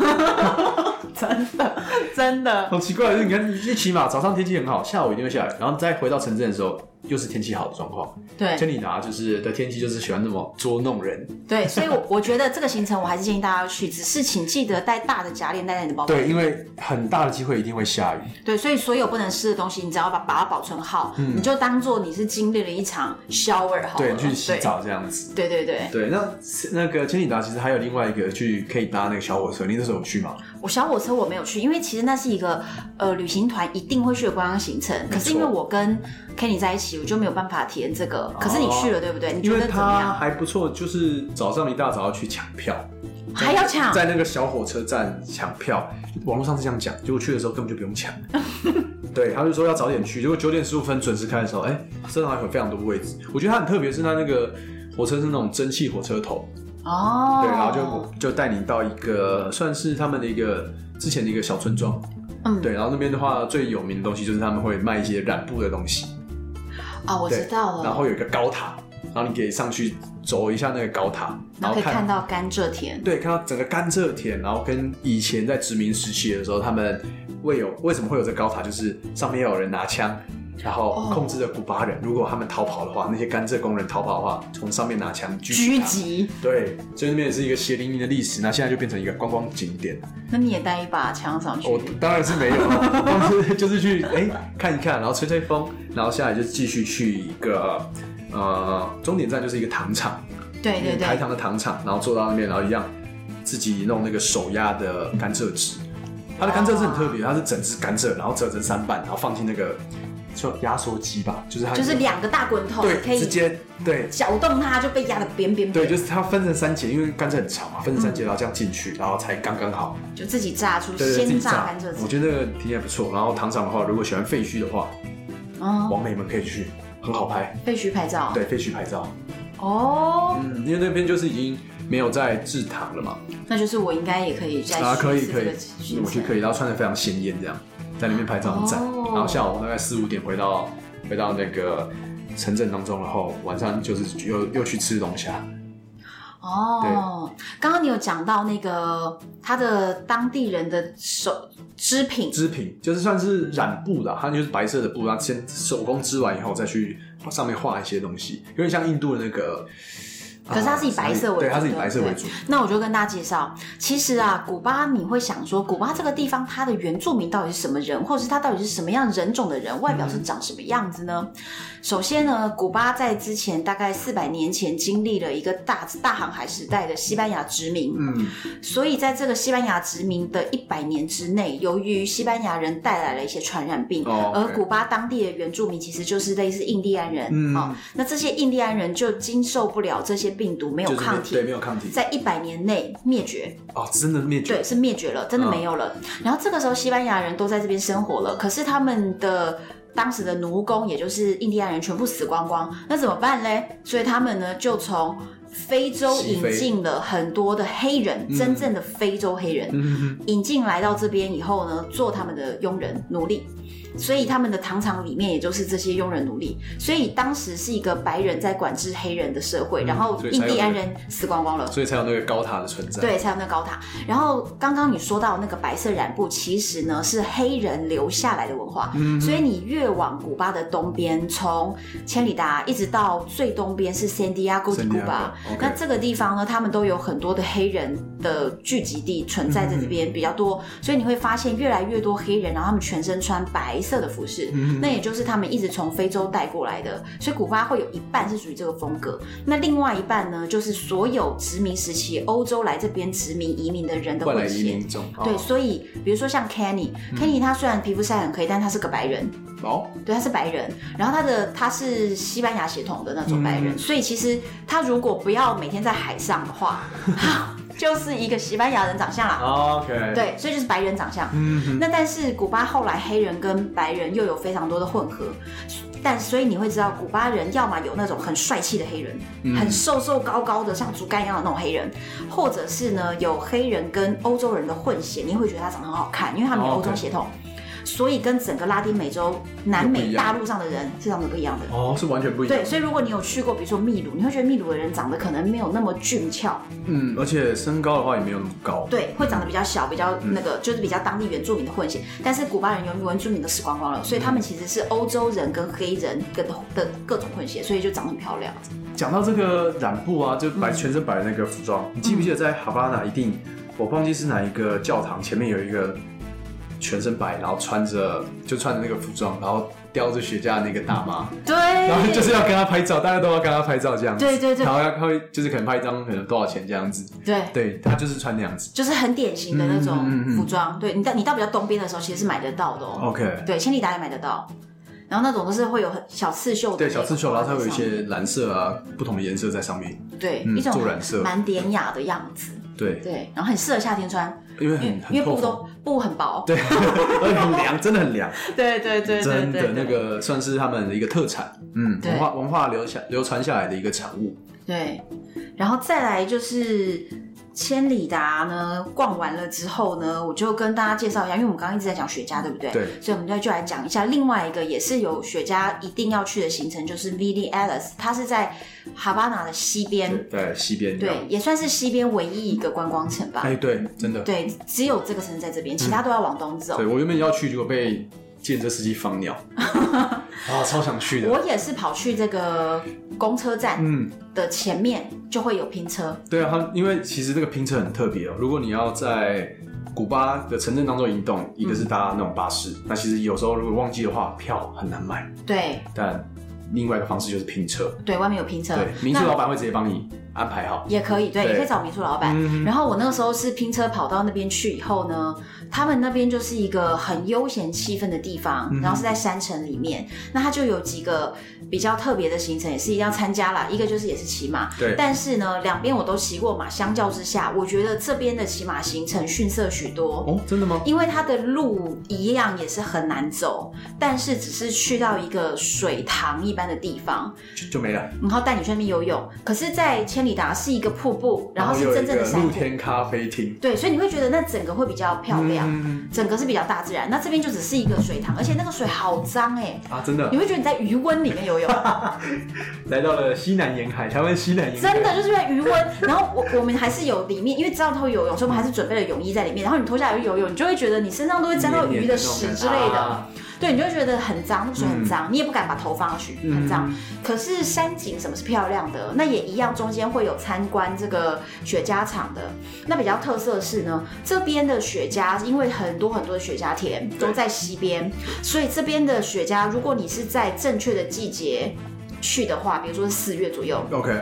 S1: 真的， 真的，
S2: 好奇怪，就是你看，一起码早上天气很好，下午一定会下雨，然后再回到城镇的时候，又是天气好的状况。千
S1: 对
S2: 里达就是的天气就是喜欢那么捉弄人，
S1: 对，所以我，我觉得这个行程我还是建议大家要去，只是请记得带大的夹链带在你的包包。
S2: 对，因为很大的机会一定会下雨。
S1: 对，所以所有不能吃的东西，你只要把把它保存好，你就当做你是经历了一场 shower 好了。
S2: 嗯对，去洗。澡这样
S1: 哦
S2: 子。
S1: 对对对对，
S2: 对，那那个千里达其实还有另外一个去可以搭那个小火车，你那时候有去吗？
S1: 我小火车我没有去，因为其实那是一个呃旅行团一定会去的观光行程。可是因为我跟 Kenny 在一起，我就没有办法体验这个。可是你去了，对不对？你
S2: 哦因
S1: 觉
S2: 为
S1: 得怎么
S2: 它
S1: 样？
S2: 还不错，就是早上一大早要去抢票，
S1: 还要抢？
S2: 在那个小火车站抢票，网络上是这样讲，结果去的时候根本就不用抢。 对，他就说要早点去，结果九点十五分准时开的时候，哎、真的还有非常多位置。我觉得它很特别，是它那个火车是那种蒸汽火车头，
S1: 哦，
S2: 对，然后就就带你到一个算是他们的一个之前的一个小村庄，
S1: 嗯
S2: 对，然后那边的话最有名的东西就是他们会卖一些染布的东西，
S1: 啊，我
S2: 对
S1: 知道了。
S2: 然后有一个高塔，然后你可以上去走一下那个高塔，
S1: 然
S2: 然
S1: 后可
S2: 后
S1: 以看到甘蔗田。
S2: 对，看到整个甘蔗田，然后跟以前在殖民时期的时候，他们为有为什么会有这高塔，就是上面要有人拿枪，然后
S1: 哦
S2: 控制着古巴人，如果他们逃跑的话，那些甘蔗工人逃跑的话，从上面拿枪狙击
S1: 狙
S2: 他。
S1: 击，
S2: 对，所以那边也是一个血淋淋的历史，那现在就变成一个观光景点。
S1: 那你也带一把枪上去？
S2: 我当然是没有， 但是就是去哎、看一看，然后吹吹风，然后下来就继续去一个呃终点站，就是一个糖厂，
S1: 对对
S2: 台
S1: 对，
S2: 糖的糖厂，然后坐到那边，然后一样自己弄那个手压的甘蔗汁。它的甘蔗汁很特别，它是整只甘蔗，然后折成三瓣，然后放进那个叫压缩机吧，就是它
S1: 就是两个大滚筒，
S2: 对
S1: 可
S2: 直
S1: 以
S2: 接对
S1: 搅动它就被压得扁扁扁，
S2: 对，就是它分成三节，因为甘蔗很长嘛，分成三节，然后这样进去，然后才刚刚好。
S1: 就自己炸出
S2: 对对，自己
S1: 嗯鲜榨甘蔗汁。
S2: 我觉得那个体验还不错。然后糖厂的话，如果喜欢废墟的话，
S1: 嗯，
S2: 网美们可以去，很好拍。
S1: 废墟拍照。
S2: 对，废墟拍照，
S1: 哦，
S2: 嗯，因为那边就是已经没有再制糖了嘛？
S1: 那就是我应该也可以再
S2: 啊，可以
S1: 试一次
S2: 可以
S1: 这个行，程
S2: 我觉得可以。然后穿的非常鲜艳，这样在那边拍照很赞。
S1: 哦
S2: 然后下午大概四五点回到回到那个城镇当中，然后晚上就是又又去吃龙虾。
S1: 哦，刚刚你有讲到那个他的当地人的手织品，
S2: 织品就是算是染布的，它就是白色的布，然后先手工织完以后再去上面画一些东西，有点像印度的那个。
S1: 可是它是以
S2: 啊
S1: 白色为主
S2: 对，它是以白色为主。
S1: 那我就跟大家介绍，其实啊，古巴你会想说，古巴这个地方它的原住民到底是什么人，或者是他到底是什么样人种的人，外表是长什么样子呢？
S2: 嗯
S1: 首先呢，古巴在之前大概四百年前经历了一个大大航海时代的西班牙殖民，
S2: 嗯，
S1: 所以在这个西班牙殖民的一百年之内，由于西班牙人带来了一些传染病，
S2: 哦
S1: 而
S2: OK
S1: 古巴当地的原住民其实就是类似印第安人，
S2: 嗯
S1: 哦，那这些印第安人就经受不了这些病毒，没有
S2: 就是
S1: 抗
S2: 没
S1: 体
S2: 对，，没有抗体。
S1: 在一百年内灭绝，
S2: 哦，真的灭绝
S1: 对，。是灭绝了，真的
S2: 嗯
S1: 没有了。然后这个时候，西班牙人都在这边生活了，可是他们的当时的奴工，也就是印第安人，全部死光光，那怎么办嘞？所以他们呢，就从非洲
S2: 西
S1: 引
S2: 非
S1: 进了很多的黑人，
S2: 嗯
S1: 真正的非洲黑人，
S2: 嗯，
S1: 引进来到这边以后呢，做他们的佣人奴隶。所以他们的糖厂里面也就是这些佣人奴隶，所以当时是一个白人在管制黑人的社会，然后
S2: 所嗯以才
S1: 印
S2: 有
S1: 第安
S2: 那个
S1: 人死光光了，
S2: 所以才有那个高塔的存在。，
S1: 对，才有那高塔。然后刚刚你说到那个白色染布，其实呢是黑人留下来的文化，
S2: 嗯
S1: 所以你越往古巴的东边，从千里达一直到最东边是 San Diego de
S2: San
S1: Cuba。
S2: Diego，OK
S1: 那这个地方呢，他们都有很多的黑人的聚集地存在在这
S2: 嗯
S1: 边比较多，所以你会发现越来越多黑人，然后他们全身穿白色的服饰，
S2: 嗯
S1: 那也就是他们一直从非洲带过来的，所以古巴会有一半是属于这个风格。那另外一半呢，就是所有殖民时期欧洲来这边殖民移民的人的
S2: 外来
S1: 混血。
S2: 移民哦嗯种。
S1: 对，所以比如说像 Kenny，Kenny、他虽然皮肤晒很黑，但他是个白人，
S2: 哦，
S1: 对，他是白人，然后他的他是西班牙血统的那种白人，
S2: 嗯
S1: 所以其实他如果不要每天在海上的话， 他就是一个西班牙人长相啦。
S2: 哦，OK。，
S1: 对，所以就是白人长相。
S2: 嗯哼，
S1: 那但是古巴后来黑人跟白人又有非常多的混合，但所以你会知道，古巴人要么有那种很帅气的黑人，
S2: 嗯
S1: 很瘦瘦高高的像竹竿一样的那种黑人，或者是呢有黑人跟欧洲人的混血，你会觉得他长得很好看，因为他们有
S2: 哦
S1: 欧洲
S2: 对
S1: 血统。所以跟整个拉丁美洲、南
S2: 有不
S1: 美
S2: 一样
S1: 大陆上的人是长得不一样的。
S2: 哦，是完全不一样。
S1: 对，所以如果你有去过，比如说秘鲁，你会觉得秘鲁的人长得可能没有那么俊俏，
S2: 嗯，而且身高的话也没有那么高。
S1: 对，会长得比较小，比较
S2: 嗯
S1: 那个，就是比较当地原住民的混血。但是古巴人由于原住民都死光光了，所以他
S2: 嗯
S1: 们其实是欧洲人跟黑人跟的各种混血，所以就长得很漂亮。
S2: 讲到这个染布啊，就白全身白的那个服
S1: 嗯
S2: 装，你记不记得在哈巴那一定，我忘记是哪一个教堂前面有一个全身白，然后穿着就穿着那个服装，然后叼着雪茄的那个大妈，然后
S1: 嗯对，
S2: 就是要跟她拍照，大家都要跟她拍照这样子。
S1: 对对对
S2: 然后要会就是可能拍一张可能多少钱这样子，
S1: 对。
S2: 对她就是穿那样子。
S1: 就是很典型的那
S2: 嗯嗯
S1: 种
S2: 嗯嗯
S1: 服装，对你到你到比较东边的时候，其实是买得到的哦。
S2: OK，
S1: 对，千里达也买得到，然后那种都是会有很小刺绣的，
S2: 对小刺绣，然后它会有一些蓝色啊，不同的颜色在上面。
S1: 对、
S2: 嗯
S1: 一种
S2: 做染色
S1: 蛮典雅的样子，
S2: 对，
S1: 对，然后很适合夏天穿，
S2: 因为
S1: 因为
S2: 很
S1: 因
S2: 很
S1: 为
S2: 透
S1: 布
S2: 风，
S1: 都布很薄，
S2: 对， 而且很凉，真的很凉。
S1: 对对对
S2: 真的那个算是他们的一个特产，嗯，
S1: 对
S2: 文化文化留下流传下来的一个产物。
S1: 对，然后再来就是千里达呢，逛完了之后呢，我就跟大家介绍一下，因为我们刚刚一直在讲雪茄，对不对？
S2: 对
S1: 所以我们就就来讲一下另外一个也是有雪茄一定要去的行程，就是 v i l i Alice，它是在哈巴那的西边，
S2: 在西边这样
S1: 对，，也算是西边唯一一个观光城吧。
S2: 哎，对，真的，
S1: 对，只有这个城市在这边，其他都要往东走。
S2: 嗯对我原本要去，结果被建车司机 放鸟，啊，超想去的。
S1: 我也是跑去这个公车站
S2: 嗯，
S1: 的前面，就会有拼车。
S2: 对啊，它因为其实这个拼车很特别哦。如果你要在古巴的城镇当中移动，一个是搭那种巴士，
S1: 嗯
S2: 那其实有时候如果忘记的话，票很难买。
S1: 对
S2: 但另外一个方式就是拼车，
S1: 对，外面有拼车。
S2: 对，民宿
S1: 嗯那
S2: 老板会直接帮你安排好。
S1: 也可以，对，
S2: 对
S1: 也可以找民宿老板。然后我那个时候是拼车跑到那边去以后呢，他们那边就是一个很悠闲气氛的地方，
S2: 嗯
S1: 然后是在山城里面。那它就有几个比较特别的行程，也是一定要参加啦。一个就是也是骑马，
S2: 对
S1: 但是呢，两边我都骑过马，相较之下，我觉得这边的骑马行程逊色许多。
S2: 哦，真的吗？
S1: 因为它的路一样也是很难走，但是只是去到一个水塘一般的地方，
S2: 就就没了。
S1: 然后带你去那边游泳。可是，在千千里达是一个瀑布，然后是
S2: 有
S1: 真
S2: 一
S1: 正的
S2: 个
S1: 山
S2: 露
S1: 谷，
S2: 天咖啡厅，
S1: 对，所以你会觉得那整个会比较漂亮，
S2: 嗯
S1: 整个是比较大自然。那这边就只是一个水塘，而且那个水好脏哎、
S2: 啊，真的
S1: 你会觉得你在余温里面游 泳，
S2: 来到了西南沿海，台湾西南沿海，
S1: 真的就是在余温。然后我我们还是有里面，因为知道它会游泳，所以我们还是准备了泳衣在里面。然后你脱下来游泳，你就会觉得你身上都会沾到鱼的屎之类的，
S2: 啊
S1: 对，你就会觉得很脏，那个水很脏，你也不敢把头放上去，很脏。
S2: 嗯
S1: 可是山景什么是漂亮的？那也一样，中间会有参观这个雪茄厂的。那比较特色是呢，这边的雪茄，因为很多很多的雪茄田
S2: 对
S1: 都在西边，所以这边的雪茄，如果你是在正确的季节。去的话，比如说是四月左右，
S2: OK，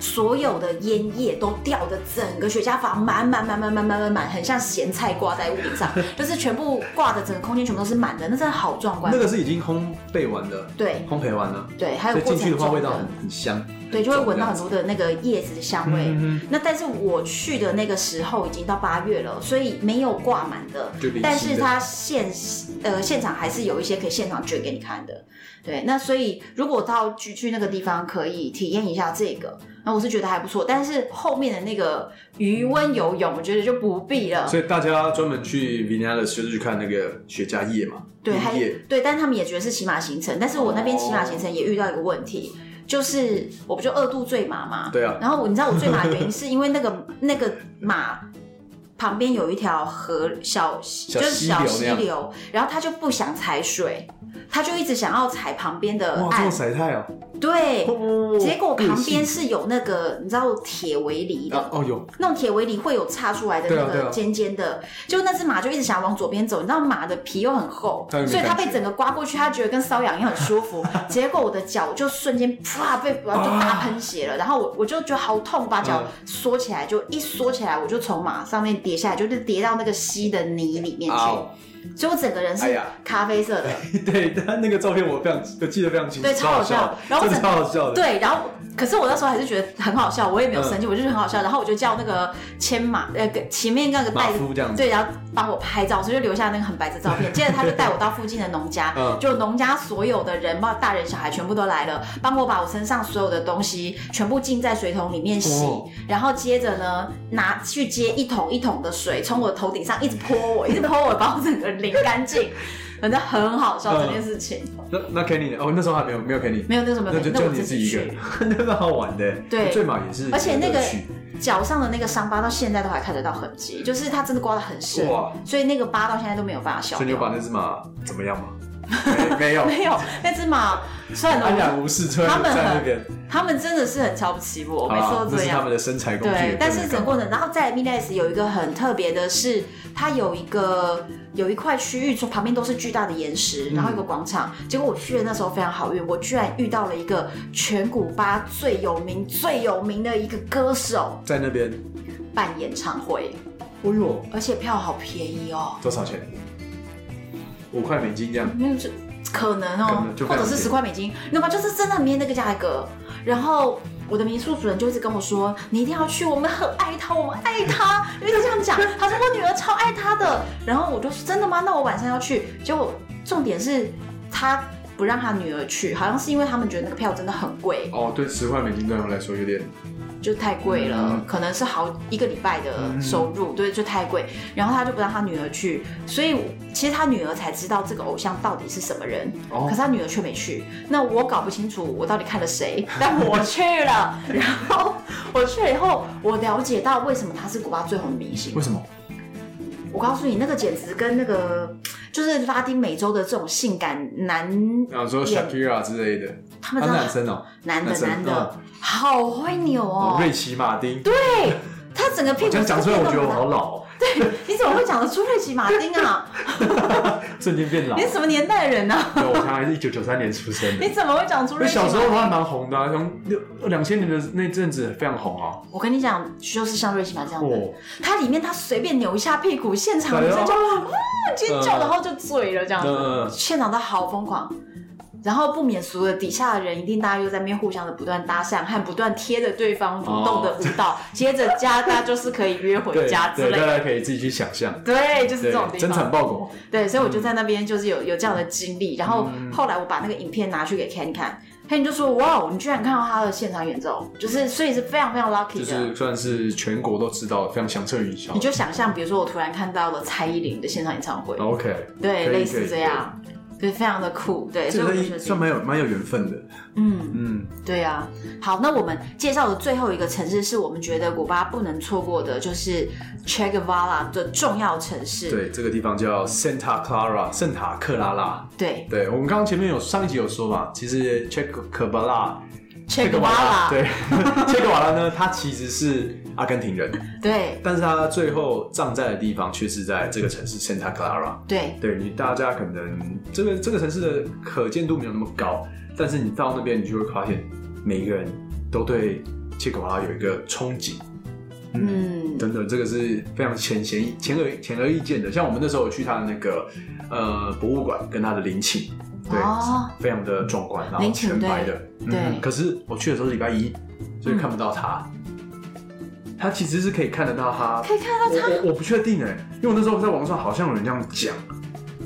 S1: 所有的烟叶都掉的整个雪茄房满满满满满满满满，很像咸菜挂在屋顶上，就是全部挂的整个空间全部都是满的，那真的好壮观
S2: 那。个是已经烘焙完的，
S1: 对
S2: 烘焙完了，
S1: 对，还有
S2: 所以
S1: 过
S2: 进去
S1: 程
S2: 的话
S1: 中
S2: 味道很
S1: 的，
S2: 很香，
S1: 对，就会闻到很多的那个叶子的香味。
S2: 嗯
S1: 那但是我去的那个时候已经到八月了，所以没有挂满的
S2: 就零星的，
S1: 但是它现呃现场还是有一些可以现场卷给你看的。对，那所以如果到去去那个地方可以体验一下这个，那我是觉得还不错。但是后面的那个余温游泳，我觉得就不必了。
S2: 所以大家专门去 Vinales 就是去看那个雪茄叶嘛，
S1: 对，还
S2: 烟叶，
S1: 对，但他们也觉得是骑马行程，但是我那边骑马行程
S2: 哦
S1: 也遇到一个问题，就是我不就二度坠马嘛，
S2: 对啊
S1: 然后我你知道我坠马的原因是因为那个 那个马旁边有一条河小
S2: 小
S1: 就是
S2: 溪
S1: 小
S2: 流
S1: 溪
S2: 那样
S1: 流，然后他就不想踩水，他就一直想要踩旁边的
S2: 哇，这
S1: 岸
S2: 么，晒太哦，
S1: 对。
S2: 哦
S1: 呃哎结果
S2: 变
S1: 旁边
S2: 性
S1: 是有那个你知道铁围篱的，
S2: 啊哦有，
S1: 那种铁围里会有岔出来的
S2: 对
S1: 那
S2: 啊对
S1: 个
S2: 啊
S1: 尖尖的，就那只马就一直想往左边走，你知道马的皮又很厚，
S2: 它又没
S1: 所以它
S2: 感
S1: 被
S2: 觉
S1: 整个刮过去，它觉得跟瘙痒一样很舒 服。结果我的脚就瞬间啪被就大喷血了，然后我我就觉得好痛，把脚
S2: 嗯
S1: 缩起来，就一缩起来我就从马上面跌下来，就是跌到那个溪的泥里面去，
S2: 啊哦
S1: 所以我整个人
S2: 哎
S1: 是
S2: 呀
S1: 咖啡色的。
S2: 对，他那个照片我非常我记得非常清楚，
S1: 对
S2: 超好
S1: 超好笑
S2: 的
S1: 然后我
S2: 真
S1: 整
S2: 的超好笑的，
S1: 对，然后可是我那时候还是觉得很好笑，我也没有
S2: 嗯
S1: 生气，我就是很好笑。然后我就叫那个牵马，呃，跟前面那个
S2: 马
S1: 带
S2: 夫这样子，
S1: 对，然后帮我拍照，所以就留下那个很白的照 片。接着他就带我到附近的农家，
S2: 嗯
S1: 就农家所有的人，包括大人小孩全部都来了，帮我把我身上所有的东西全部浸在水桶里面洗，
S2: 哦
S1: 然后接着呢拿去接一桶一桶的水，从我的头顶上一直泼我， 一直泼我，把我整个淋干净。反正很好笑
S2: 嗯
S1: 这件事情，
S2: 那那 Kenny 呢哦那时候还没有没有 Kenny，
S1: 没有那个什么，
S2: 那就
S1: 那
S2: 就
S1: 我
S2: 你
S1: 自
S2: 自
S1: 己
S2: 己一个
S1: 去
S2: 人，， 那蛮好玩的，
S1: 对
S2: 最马也是，
S1: 而且那个
S2: 乐趣
S1: 脚上的那个伤疤到现在都还看得到痕迹，就是它真的刮得很深
S2: 哇，
S1: 所以那个疤到现在都没有办法消
S2: 所以你
S1: 掉
S2: 有。把那只马怎么 样吗？没没有，
S1: 没有，那只马算了，
S2: 安然无事，车
S1: 他们
S2: 在那
S1: 很
S2: 边，
S1: 他们真的是很瞧不起我，我每次都
S2: 啊，那
S1: 这
S2: 是他
S1: 样。
S2: 们的身材工具，
S1: 对，但是整
S2: 整
S1: 个过程，然后在 Miles 有一个很特别的是，它有一个有一块区域，从旁边都是巨大的岩石，
S2: 嗯
S1: 然后一个广场。结果我去的那时候非常好运，我居然遇到了一个全古巴最有名、最有名的一个歌手
S2: 在那边，
S1: 办演唱会，
S2: 哦呦，
S1: 而且票好便宜哦，
S2: 多少钱？五块美金这样，
S1: 嗯，这可能
S2: 可
S1: 哦
S2: 能，就
S1: 或
S2: 非常
S1: 者是
S2: 便宜
S1: 十块美金，那么就是真的很便宜那个价格。然后我的民宿主人就一直跟我说，你一定要去，我们很爱他，我们爱他， 因为他这样讲，他说我女儿超爱他的。然后我就说真的吗？那我晚上要去。结果重点是他不让他女儿去，好像是因为他们觉得那个票真的很贵，
S2: 哦，对，十块美金对他们来说有点，
S1: 就太贵了，
S2: 嗯
S1: 可能是好一个礼拜的收入，对，就太贵。然后他就不让他女儿去，所以其实他女儿才知道这个偶像到底是什么人，
S2: 哦
S1: 可是他女儿却没去。那我搞不清楚我到底看了谁， 但我去了。 然后我去了以后，我了解到为什么他是古巴最红的明星
S2: 为。什么？
S1: 我告诉你，那个简直跟那个就是拉丁美洲的这种性感男，
S2: 啊，说 Shakira 之类的，
S1: 他
S2: 他
S1: 们
S2: 是
S1: 真的
S2: 男生哦，
S1: 男的
S2: 男生
S1: 男的
S2: 嗯，
S1: 好会扭
S2: 哦
S1: 哦，
S2: 瑞奇马丁，
S1: 对。他整个屁
S2: 我
S1: 股
S2: 这样讲出来，我觉得
S1: 都
S2: 我
S1: 变动
S2: 好 老哦，
S1: 对，你怎么会讲得出瑞奇马丁啊？
S2: 瞬间变老
S1: 你。什么年代的人啊？
S2: 对，我他还是一九九三年出生的
S1: 你。怎么会讲出
S2: 那
S1: 瑞奇马
S2: 小时候
S1: 丁？
S2: 他还蛮红的、啊，从六两千年的那阵子非常红啊。
S1: 我跟你讲，就是像瑞奇马这样
S2: 哦
S1: 子，，它里面它随便扭一下屁股，现场女生就
S2: 哎
S1: 哇尖叫，
S2: 嗯
S1: 然后就醉了这样
S2: 嗯嗯
S1: 子
S2: 嗯，
S1: 现场都好疯狂。然后不免俗的，底下的人一定大家又在那边互相的不断搭讪和不断贴着对方舞动的舞蹈，接着加大家就是可以约回
S2: 对
S1: 家之
S2: 哦 对，
S1: 类
S2: 大
S1: 的，
S2: 家可以自己去想象。
S1: 对，就是
S2: 对
S1: 这种，地
S2: 真
S1: 方
S2: 惨。爆狗，嗯
S1: 对，所以我就在那边就是有有这样的经历，然后后来我把那个影片拿去给 Ken 看，黑人就说：“哇哦，你居然看到他的现场演奏，就是所以是非常非常 lucky
S2: 就
S1: 的。
S2: 是算是全国都知道，非常响彻云霄
S1: 你。就想象，比如说我突然看到了蔡依林的现场演唱会，
S2: OK，
S1: 对，
S2: 哦可以
S1: 类
S2: 可
S1: 似
S2: 以
S1: 这样，对，非常的酷，对，所以我
S2: 这个
S1: 就觉
S2: 一算
S1: 得，
S2: 蛮有蛮有缘分的。
S1: 嗯，
S2: 嗯，
S1: 对啊。好，那我们介绍的最后一个城市是我们觉得古巴不能错过的，就是 Che Guevara 的重要城市，
S2: 对，这个地方叫 Santa Clara，圣塔克拉拉。
S1: 对
S2: 对我们刚刚前面有上一集有说嘛，其实 Che Guevara
S1: ，Che
S2: 格瓦拉
S1: Guevara，
S2: 对 切格瓦拉呢，他其实是阿根廷人，
S1: 对
S2: 但是他最后葬在的地方却是在这个城市 Santa Clara。
S1: 对
S2: 对你大家可能这个这个城市的可见度没有那么高，但是你到那边你就会发现，每一个人都对切格瓦拉有一个憧憬。
S1: 嗯，
S2: 等等，这个是非常浅显浅而显而易见的。像我们那时候有去他的那个呃博物馆跟他的陵寝，对，
S1: 哦
S2: 非常的壮观，然后
S1: 陵寝
S2: 全白的。
S1: 对嗯
S2: 嗯，可是我去的时候是礼拜一，所以看不到他。他其实是可以看得到他，
S1: 可以看到
S2: 我
S1: 他，
S2: 我我不确定哎、因为我那时候在网上好像有人这样讲，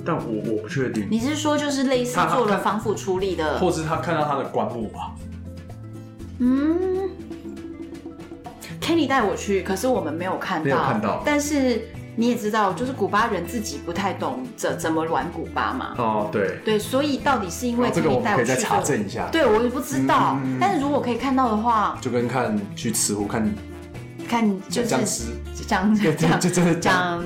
S2: 但我我不确定，
S1: 你是说就是类似
S2: 他
S1: 做了
S2: 他
S1: 防腐处理的，
S2: 或是他看到他的棺木吧。
S1: 嗯，Kenny 带我去，可是我们没有看到，
S2: 没有看到
S1: 但是你也知道，就是古巴人自己不太懂怎怎么玩古巴嘛，
S2: 哦，对，
S1: 对，所以到底是因为
S2: 哦这个
S1: Kenny
S2: 我们
S1: 带
S2: 可
S1: 我
S2: 以
S1: 去
S2: 再查
S1: 的，
S2: 证一下，
S1: 对我也不知道。
S2: 嗯嗯嗯
S1: 但是如果可以看到的话，
S2: 就跟看去慈湖看
S1: 看就是
S2: 僵尸，
S1: 讲
S2: 对，这
S1: 讲
S2: 这真的
S1: 讲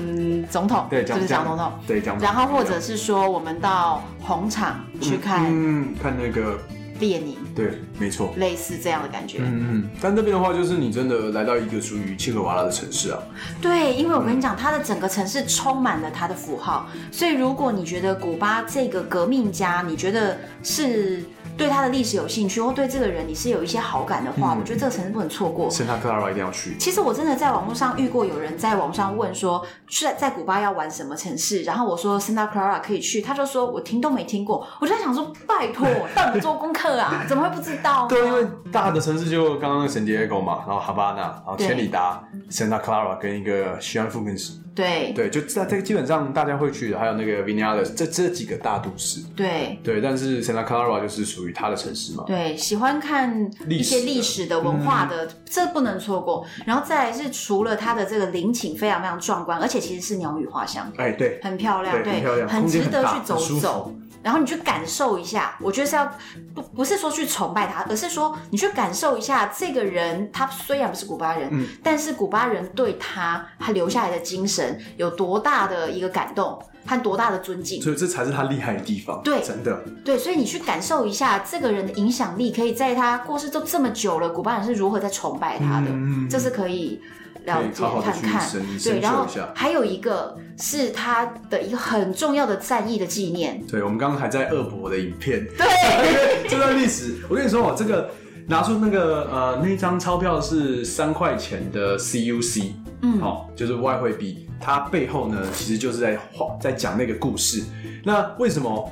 S1: 总统，
S2: 对，
S1: 就是讲总统。，
S2: 对，讲总
S1: 然
S2: 统。
S1: 后或者是说，我们到红场去看
S2: 嗯，嗯看那个，
S1: 列宁，
S2: 对，没错。
S1: 类似这样的感觉。
S2: 嗯嗯，但这边的话，就是你真的来到一个属于切格瓦拉的城市啊，
S1: 对，因为我跟你讲，它的整个城市充满了它的符号，所以如果你觉得古巴这个革命家，你觉得是对他的历史有兴趣，或对这个人你是有一些好感的话，
S2: 嗯
S1: 我觉得这个城市不能错过。
S2: 圣塔克拉拉一定要去。
S1: 其实我真的在网络上遇过有人在网上问说，是在在古巴要玩什么城市？然后我说 Santa Clara 可以去，他就说我听都没听过。我就在想说，拜托，到底做功课啊？怎么会不知道呢？
S2: 对，因为大的城市就刚刚圣地亚哥嘛，然后哈巴那，然后
S1: 对
S2: 千里达、圣塔克拉拉跟一个西安附近市，
S1: 对
S2: 对，就在这个基本上大家会去的，还有那个 v i n a l e s 这这几个大都市。
S1: 对
S2: 对，但是圣塔克拉拉就是属于它的城市嘛。
S1: 对，喜欢看一些历史的文化
S2: 嗯
S1: 的，这不能错过。然后再来是除了它的这个陵寝非常非常壮观，而且其实是鸟语花香，
S2: 哎，对，
S1: 很漂亮，
S2: 对很漂亮
S1: 啊很
S2: 空间
S1: 值
S2: 很
S1: 得
S2: 大
S1: 去走
S2: 很舒服
S1: 走。然后你去感受一下，我觉得是要不不是说去崇拜他，而是说你去感受一下这个人，他虽然不是古巴人，
S2: 嗯
S1: 但是古巴人对他他留下来的精神有多大的一个感动和多大的尊敬。
S2: 所以这才是它厉害的地方。
S1: 对
S2: 真的，
S1: 对，所以你去感受一下这个人的影响力，可以在他过世都这么久了，古巴人是如何在崇拜他的，
S2: 嗯
S1: 这是可以了
S2: 可以
S1: 解
S2: 好好的
S1: 看
S2: 去
S1: 看。
S2: 深
S1: 对，
S2: 深
S1: 然
S2: 究
S1: 后
S2: 一下。
S1: 还有一个是他的一个很重要的战役的纪念，
S2: 对，我们刚刚还在恶补我的影片，
S1: 对，
S2: 这段历史，我跟你说哦，这个拿出那个呃那一张钞票是三块钱的 CUC，
S1: 嗯
S2: 好、哦就是外汇币，它背后呢其实就是在画在讲那个故事。那为什么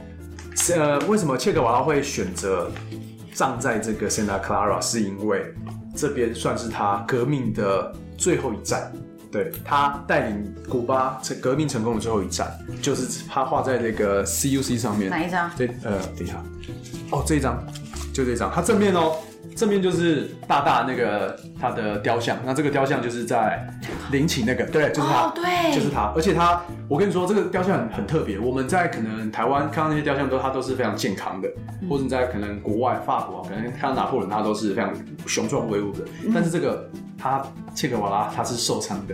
S2: 呃为什么切格瓦拉会选择葬在这个 Santa Clara？是因为这边算是他革命的最后一站。对他带领古巴成革命成功的最后一站，就是他画在这个 CUC 上面。
S1: 哪一张？
S2: 这呃，等一下，哦，这一张就这一张，它正面哦，正面就是大大那个他的雕像，那这个雕像就是在陵寝那个，对，就是他，
S1: 哦，对，
S2: 就是他，而且他，我跟你说，这个雕像很很特别，我们在可能台湾看到那些雕像都它都是非常健康的，
S1: 嗯
S2: 或者你在可能国外法国啊可能看到拿破仑他都是非常雄壮威武的，
S1: 嗯
S2: 但是这个他切格瓦拉他是受伤的，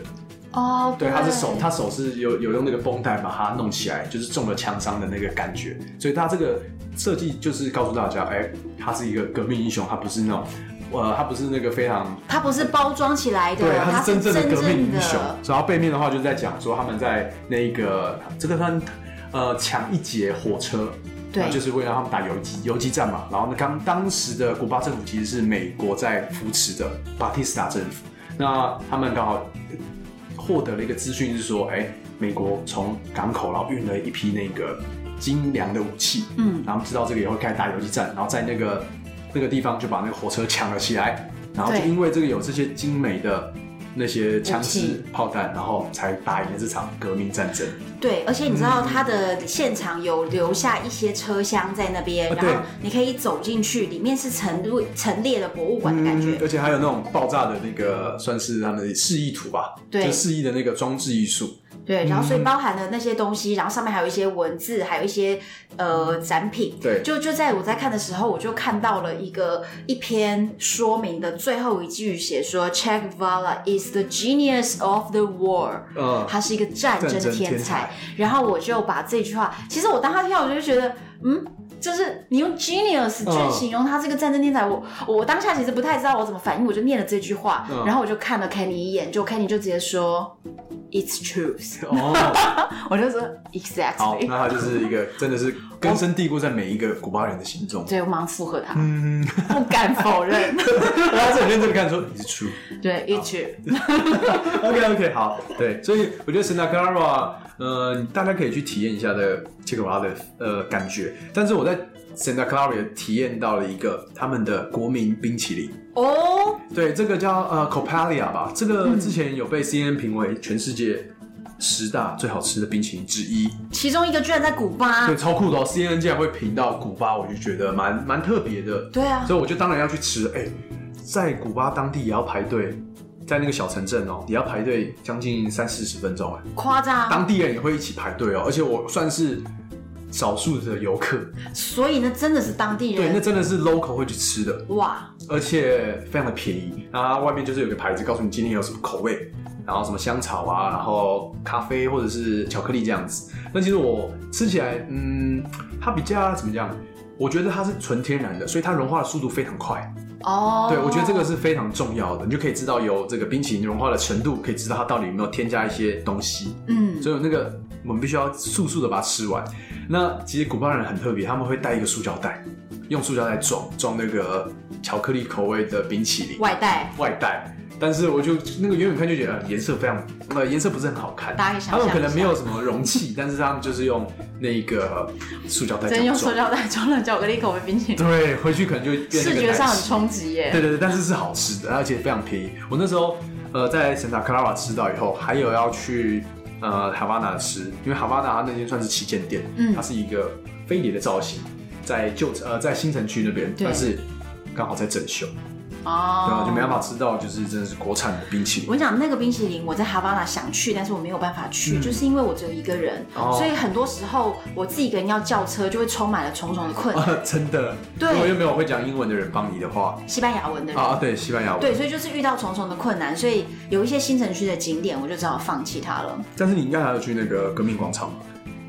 S1: 哦，
S2: 对，他是手，他手是有有用那个绷带把它弄起来，就是中了枪伤的那个感觉。所以他这个设计就是告诉大家，哎、他是一个革命英雄，他不是那种，呃，他不是那个非常，
S1: 他不是包装起来的，
S2: 对，
S1: 他
S2: 他是真正的
S1: 真
S2: 革命英
S1: 的
S2: 雄。然后背面的话就是在讲说他们在那个这个算呃抢一节火车。
S1: 对
S2: 那就是为了让他们打游击游击战嘛。然后呢，刚当时的古巴政府其实是美国在扶持的巴蒂斯塔政府，那他们刚好获得了一个资讯是说，哎、美国从港口然后运了一批那个精良的武器，
S1: 嗯，
S2: 然后知道这个也会开始打游击战，然后在那个那个地方就把那个火车抢了起来，然后就
S1: 对
S2: 因为这个有这些精美的那些枪支
S1: 武器、
S2: 炮弹，然后才打赢了这场革命战争。
S1: 对，而且你知道它的现场有留下一些车厢在那边，
S2: 啊
S1: 然后你可以走进去，里面是陈列陈列的博物馆的感觉。
S2: 嗯而且还有那种爆炸的那个，算是他们的示意图吧，
S1: 对
S2: 就示意的那个装置艺术。
S1: 对，然后
S2: 嗯
S1: 所以包含了那些东西，然后上面还有一些文字，还有一些呃展品。
S2: 对
S1: 就就在我在看的时候，我就看到了一个一篇说明的最后一句写说，Che Guevara is the genius of the war。
S2: 嗯，
S1: 他是一个战争
S2: 战争
S1: 天
S2: 天
S1: 才
S2: 才。
S1: 然后我就把这句话，其实我当他听到，我就觉得，嗯，就是你用 genius 去
S2: 嗯
S1: 形容他这个战争天才，我我当下其实不太知道我怎么反应，我就念了这句话，
S2: 嗯
S1: 然后我就看了 Kenny 一眼，就 Kenny 就直接说。It's truth，
S2: 哦，
S1: 我就说
S2: 好，
S1: exactly，
S2: 那他就是一个真的是根深蒂固在每一个古巴人的心中。
S1: 对我马上附和他，
S2: 嗯，
S1: 不敢否认。
S2: 他是很认真的看出你是 true。
S1: 对，it's true，
S2: OK OK，好，对，所以我觉得 Santa Clara，呃，大家可以去体验一下的 c h i c a 的呃感觉。但是我在 Santa Clara 体验到了一个他们的国民冰淇淋，
S1: 哦，
S2: 对，这个叫呃 Copalia 吧，这个之前有被 CNN 评为全世界十大最好吃的冰淇淋之一，
S1: 其中一个居然在古巴
S2: 对，，超酷的哦。CNN 竟然会评到古巴，我就觉得蛮蛮特别的，
S1: 对啊，
S2: 所以我就当然要去吃。哎、在古巴当地也要排队，在那个小城镇哦、也要排队将近三四十分钟、哎。
S1: 夸张。啊
S2: 当地人也会一起排队哦，而且我算是少数的游客，
S1: 所以呢，真的是当地
S2: 对，那
S1: 人，
S2: 真的是 local 会去吃的，
S1: 哇，
S2: 而且非常的便宜。那它外面就是有个牌子告诉你今天有什么口味，然后什么香草啊，然后咖啡或者是巧克力这样子。那其实我吃起来，嗯，它比较怎么讲？我觉得它是纯天然的，所以它融化的速度非常快。
S1: 哦，
S2: 对，我觉得这个是非常重要的，你就可以知道有这个冰淇淋融化的程度，可以知道它到底有没有添加一些东西。
S1: 嗯，
S2: 所以那个我们必须要速速的把它吃完。那其实古巴人很特别，他们会带一个塑胶袋，用塑胶袋装装那个巧克力口味的冰淇淋
S1: 外带，
S2: 外带。但是我就那个远远看就觉得呃颜色非常，呃，颜色不是很好看。
S1: 大家可以想
S2: 他
S1: 象一
S2: 们
S1: 下
S2: 可能没有什么容器，但是他们就是用那个塑胶袋这
S1: 真用
S2: 样
S1: 塑
S2: 装。
S1: 胶袋 装了巧克力口味冰淇淋，
S2: 对，回去可能就变得
S1: 视
S2: 更
S1: 觉上
S2: 难
S1: 很
S2: 吃
S1: 冲击耶。
S2: 对对对，但是是好吃的，而且非常便宜。我那时候呃在 Santa Clara 吃到以后，还有要去呃哈瓦那吃，因为哈瓦那它那间算是旗舰店，
S1: 嗯
S2: 它是一个飞碟的造型，在旧呃在新城区那边，
S1: 对
S2: 但是刚好在整修，
S1: 哦，
S2: 然啊后就没办法吃到就是真的是国产的冰淇淋。
S1: 我讲那个冰淇淋，我在哈巴那想去，但是我没有办法去，
S2: 嗯
S1: 就是因为我只有一个人，
S2: 哦
S1: 所以很多时候我自己一个人要叫车，就会充满了重重的困难。
S2: 啊， 真的，
S1: 对
S2: 如果又没有会讲英文的人帮你的话，
S1: 西班牙文的人，
S2: 啊，对，西班牙文，
S1: 对，所以就是遇到重重的困难，所以有一些新城区的景点，我就只好放弃它了。
S2: 但是你应该还要去那个革命广场吧？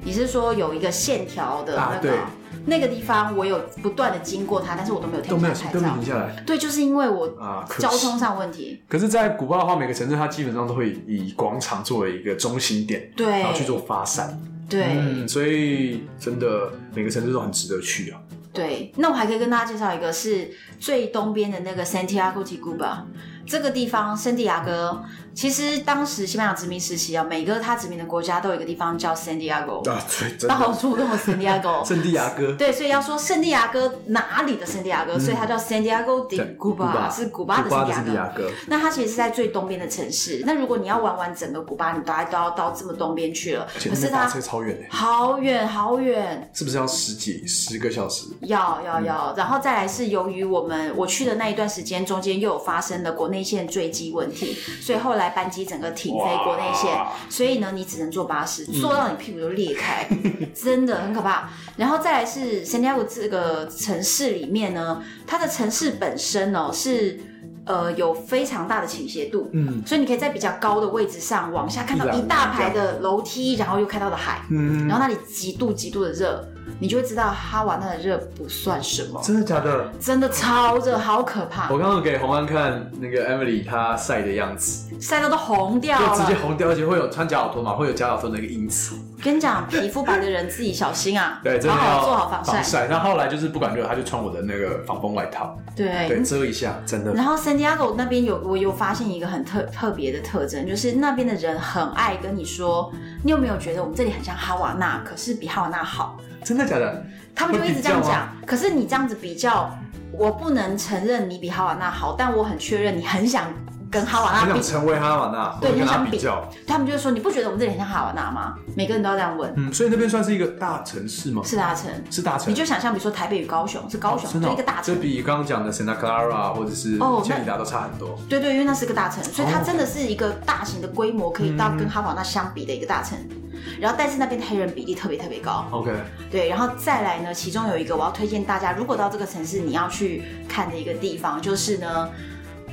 S1: 你是说有一个线条的
S2: 啊
S1: 那个、
S2: 对
S1: 那个地方，我有不断的经过它，但是我都没有
S2: 都
S1: 停
S2: 没
S1: 下来
S2: 有
S1: 拍
S2: 都没有
S1: 照
S2: 停。下来
S1: 对，就是因为我
S2: 啊，可惜
S1: 交通上问题，
S2: 可是，在古巴的话，每个城镇它基本上都会以广场作为一个中心点，
S1: 对
S2: 然后去做发散。
S1: 哎对、
S2: 嗯，所以真的每个城市都很值得去啊。
S1: 对，那我还可以跟大家介绍一个是最东边的那个 Santiago t i g u b a 这个地方，圣地亚哥。其实当时西班牙殖民时期啊，每个他殖民的国家都有一个地方叫 San Diego，、
S2: 啊，对，真
S1: 到
S2: 的，
S1: 处都有 San Diego。
S2: 圣地亚哥，
S1: 对，所以要说圣地亚哥哪里的圣地亚哥，所以它叫 Santiago de
S2: 嗯对古
S1: Cuba，
S2: 巴
S1: 是古巴的圣地亚
S2: 圣
S1: 哥
S2: 地。亚哥，
S1: 那它其实是在最东边的城市。那如果你要玩完整个古巴，你大概都要到这么东边去了。
S2: 而且
S1: 可
S2: 那
S1: 是
S2: 边搭
S1: 它
S2: 车超远的，
S1: 好远好远，
S2: 是不是要十几十个小时？
S1: 要
S2: 嗯
S1: 要要，然后再来是由于我们我去的那一段时间中间又有发生了国内线坠机问题，所以后来班机整个停飞
S2: 哇
S1: 国内线，所以呢你只能坐巴士，
S2: 嗯
S1: 坐到你屁股都裂 开，真的很可怕。然后再来是 San Diego 这个城市里面呢，它的城市本身哦是呃有非常大的倾斜度，
S2: 嗯
S1: 所以你可以在比较高的位置上往下看到一
S2: 一
S1: 大
S2: 大
S1: 排的楼梯，然后又看到了海。
S2: 嗯，
S1: 然后那里极度极度的热，你就会知道哈瓦那的热不算什么，
S2: 真的哦假的？
S1: 真的超热，好可怕，
S2: 我刚刚给红安看那个 Emily 她晒的样子，
S1: 晒到都红掉
S2: 就直接
S1: 了。
S2: 红掉，而且会有穿假脚托嘛，会有假脚托那个因子。
S1: 跟你讲，皮肤白的人自己小心啊，
S2: 对，真
S1: 好
S2: 的要
S1: 好做好防晒。
S2: 晒。那后来就是不管热，他就穿我的那个防风外套，对，
S1: 对。
S2: 遮一下，真的。
S1: 然后 San Diego 哎那边有我有发现一个很特特别的特征，就是那边的人很爱跟你说，你有没有觉得我们这里很像哈瓦那，可是比哈瓦那好？
S2: 真的假的？
S1: 他们就一直这样
S2: 会比较啊
S1: 讲。可是你这样子比较，我不能承认你比哈瓦那好，但我很确认你很想跟哈瓦
S2: 很
S1: 那
S2: 想
S1: 啊比，
S2: 成为哈瓦那，或
S1: 对
S2: 者跟
S1: 很
S2: 他
S1: 想
S2: 比
S1: 比
S2: 较。
S1: 他们就会说你不觉得我们这里很像哈瓦那吗？每个人都要这样问，
S2: 嗯，所以那边算是一个大城市吗？
S1: 是大城。
S2: 是大城
S1: 你，就想象，比如说台北与高雄，是高雄，
S2: 真的
S1: 就
S2: 哦
S1: 一个大
S2: 这
S1: 城。
S2: 比刚刚讲的 Santa Clara 或者是
S1: 哦
S2: 千里达都差很多。
S1: 对对，因为那是个大城，所以
S2: 哦嗯
S1: 它真的是一个大型的规模，可以到跟哈瓦那相比的一个大城。然后，但是那边的黑人比例特别特别高。
S2: OK，
S1: 对，然后再来呢，其中有一个我要推荐大家，如果到这个城市你要去看的一个地方，就是呢，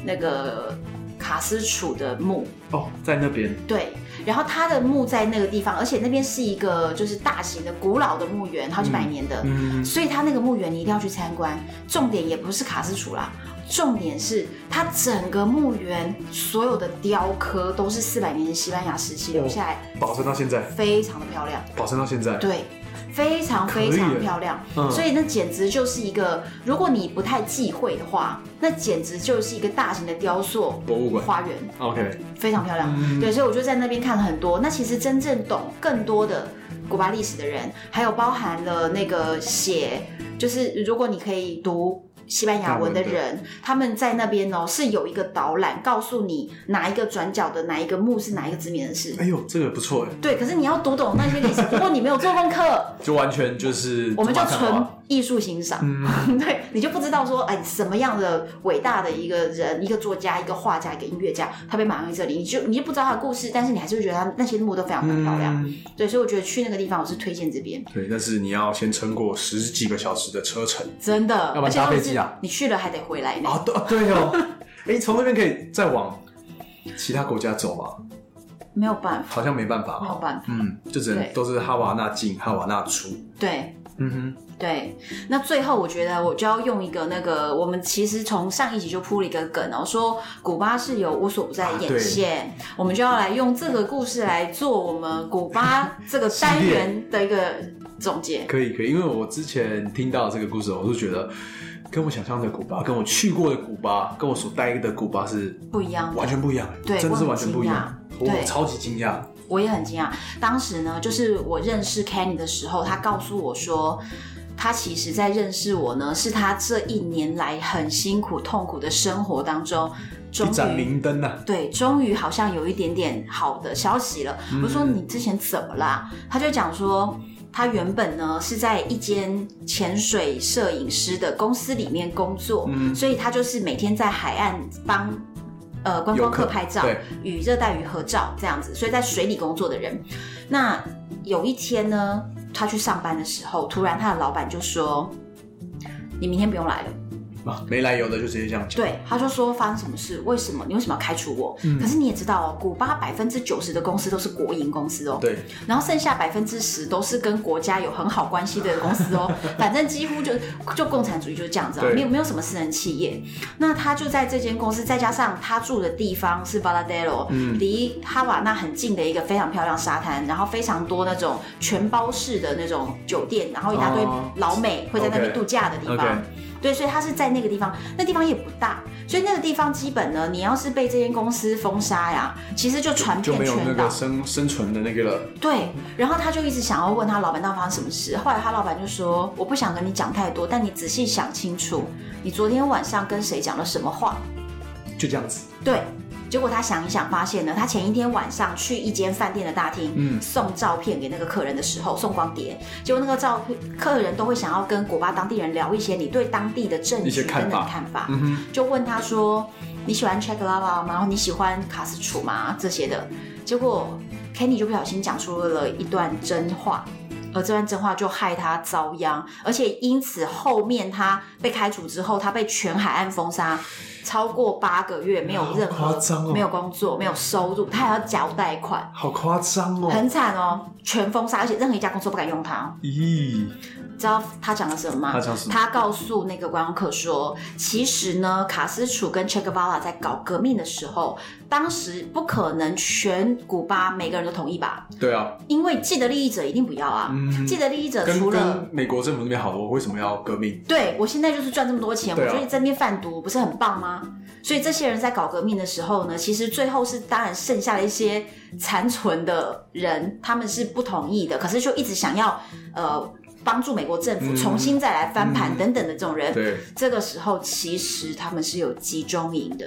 S1: 那个卡斯楚的墓。
S2: 哦，在那边
S1: 对，然后他的墓在那个地方，而且那边是一个就是大型的古老的墓园，好几百年的，
S2: 嗯
S1: 所以他那个墓园你一定要去参观。重点也不是卡斯楚啦，重点是它整个墓园所有的雕刻都是四百年前西班牙时期留下来，
S2: 保存到现在，
S1: 非常的漂亮，
S2: 保存到现在。
S1: 对。非常
S2: 哎可以
S1: 非常
S2: 耶
S1: 漂亮，
S2: 嗯
S1: 所以那简直就是一个，如果你不太忌讳的话，那简直就是一个大型的雕塑
S2: 博物馆
S1: 花园。
S2: OK，
S1: 非常漂亮。
S2: 嗯
S1: 对，所以我就在那边看了很多。那其实真正懂更多的古巴历史的人，还有包含了那个写，就是如果你可以读。西班牙文的人，他们在那边哦是有一个导览，告诉你哪一个转角的哪一个墓是哪一个殖民人士。
S2: 哎呦，这个不错哎，
S1: 对，可是你要读懂那些历史，如果你没有做功课，
S2: 就完全就是
S1: 我们就
S2: 走马看啊
S1: 纯
S2: 花
S1: 艺术欣赏。
S2: 嗯
S1: 对，你就不知道说，哎，什么样的伟大的一个人、一个作家、一个画家、一个音乐家，他被埋葬在这里，你就你就不知道他的故事，但是你还是会觉得他那些墓都非常非常漂亮。
S2: 嗯
S1: 对，所以我觉得去那个地方，我是推荐这边，
S2: 对，但是你要先撑过十几个小时的车程
S1: 真的。
S2: 要不然
S1: 而且
S2: 搭
S1: 重点
S2: 飞机
S1: 是
S2: 啊
S1: 你去了还得回来呢。
S2: 啊，对啊对哦， 哎，从那边可以再往其他国家走吗？
S1: 没有办法，
S2: 好像没办法
S1: 没有
S2: 哈，
S1: 办法。
S2: 嗯，就只能
S1: 对
S2: 都是哈瓦那进哈瓦那出，
S1: 对
S2: 嗯哼，
S1: 对，那最后我觉得我就要用一个那个，我们其实从上一集就铺了一个梗哦，说古巴是有无所不在的
S2: 啊对
S1: 眼线，我们就要来用这个故事来做我们古巴这个单
S2: 系列
S1: 元的一个总结。
S2: 可以可以，因为我之前听到这个故事，我就觉得。跟我想象的古巴，跟我去过的古巴，跟我所待的古巴是
S1: 不一样的
S2: 完全不一样，
S1: 对
S2: 真的是完全不一样，
S1: 我很惊讶
S2: 我
S1: 对
S2: 超级惊讶，
S1: 我也很惊讶。当时呢，就是我认识 Kenny 的时候，他告诉我说，他其实在认识我呢，是他这一年来很辛苦、痛苦的生活当中，终
S2: 一盏
S1: 于。
S2: 明灯呐、
S1: 对，终于好像有一点点好的消息了。
S2: 嗯
S1: 我说你之前怎么啦？他就讲说，他原本呢是在一间潜水摄影师的公司里面工作，
S2: 嗯
S1: 所以他就是每天在海岸帮呃观光客
S2: 游客
S1: 拍照
S2: 对，
S1: 与热带鱼合照这样子，所以在水里工作的人。那有一天呢，他去上班的时候，突然他的老板就说：“你明天不用来了。”
S2: 啊，没来由的就直接这样讲，
S1: 对，他就说发生什么事，为什么你为什么要开除我？可是你也知道哦，古巴百分之九十的公司都是国营公司哦，
S2: 对，
S1: 然后剩下百分之十都是跟国家有很好关系的公司哦， 反正几乎就就共产主义就是这样子、哦，
S2: 对
S1: 没有没有什么私人企业。那他就在这间公司，再加上他住的地方是 Valadero，、离
S2: 嗯
S1: 哈瓦那很近的一个非常漂亮沙滩，然后非常多那种全包式的那种酒店，然后一大堆
S2: 哦
S1: 老美会在那边
S2: OK
S1: 度假的地方。
S2: OK
S1: 对，所以他是在那个地方，那地方也不大，所以那个地方基本呢，你要是被这间公司封杀呀，其实就传
S2: 就
S1: 遍
S2: 没有那
S1: 全
S2: 个
S1: 岛。
S2: 生生存的那个了。
S1: 对，然后他就一直想要问他老板到底发生什么事，后来他老板就说：“我不想跟你讲太多，但你仔细想清楚，你昨天晚上跟谁讲了什么话。
S2: 就这样子，”
S1: 对。结果他想一想，发现呢，他前一天晚上去一间饭店的大厅，
S2: 嗯
S1: 送照片给那个客人的时候，送光碟，结果那个照片，客人都会想要跟古巴当地人聊一些你对当地的政
S2: 一些
S1: 局
S2: 看
S1: 跟你
S2: 法
S1: 的看法，
S2: 嗯哼，
S1: 就问他说你喜欢 Check Lava 吗？然后你喜欢卡斯楚吗？这些的。结果 Kenny 就不小心讲出了一段真话，而这段真话就害他遭殃，而且因此后面他被开除之后，他被全海岸封杀。超过八个月没有任
S2: 好
S1: 何
S2: 夸张哦
S1: 没有工作，没有收入，他还要缴贷款，
S2: 好夸张哦！
S1: 很惨哦，全封杀，而且任何一家公司都不敢用他哦。
S2: 咦，
S1: 知道他讲了什么吗？
S2: 他讲什么
S1: 告诉那个观光客说，其实呢，卡斯楚跟 Che Guevara 在搞革命的时候，当时不可能全古巴每个人都同意吧，
S2: 对啊，
S1: 因为既得利益者一定不要啊。
S2: 嗯
S1: 既得利益者
S2: 跟
S1: 除了
S2: 跟美国政府那边好多，我为什么要 革命？
S1: 对我现在就是赚这么多钱，
S2: 对
S1: 我
S2: 啊
S1: 觉得在那边贩毒不是很棒吗？所以这些人在搞革命的时候呢，其实最后是当然剩下了一些残存的人，他们是不同意的，可是就一直想要呃帮助美国政府
S2: 嗯
S1: 重新再来翻盘
S2: 嗯
S1: 等等的这种人，
S2: 对，
S1: 这个时候其实他们是有集中营的，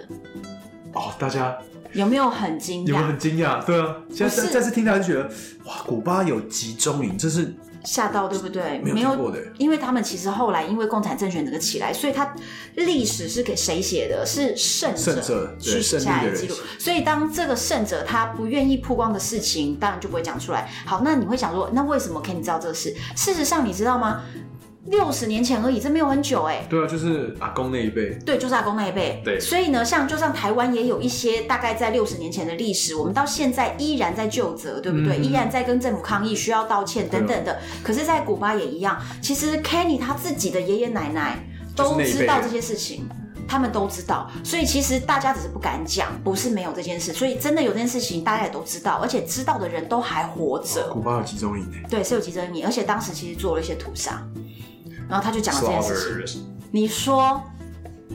S2: 哦，大家
S1: 有没有很惊
S2: 有没
S1: 讶
S2: 有很？惊讶？对啊，现
S1: 不
S2: 在
S1: 是
S2: 再次听到就觉得，哇，古巴有集中营，这是
S1: 吓到对不对？
S2: 没有听过的
S1: 因为他们其实后来因为共产政权整个起来，所以他历史是给谁写的？是圣
S2: 圣者对
S1: 去写下来
S2: 胜利的
S1: 的
S2: 人
S1: 记录
S2: 写。
S1: 所以当这个圣者他不愿意曝光的事情，当然就不会讲出来。好，那你会想说，那为什么 Ken 知道这个事？事实上，你知道吗？六十年前而已，这没有很久哎、
S2: 对啊，就是阿公那一辈，
S1: 对，就是阿公那一辈。
S2: 对
S1: 所以呢，像就像台湾也有一些大概在六十年前的历史，我们到现在依然在就责，对不对？
S2: 嗯
S1: 依然在跟政府抗议，需要道歉等等的。可是，在古巴也一样，其实 Kenny 他自己的爷爷奶奶
S2: 就是
S1: 都
S2: 那一辈
S1: 知道这些事情。他们都知道，所以其实大家只是不敢讲，不是没有这件事。所以真的有这件事情，大家也都知道，而且知道的人都还活着。
S2: 古巴有集中营诶，
S1: 对，是有急着你，而且当时其实做了一些屠杀，然后他就讲了这件事
S2: Slaughter
S1: 情。你说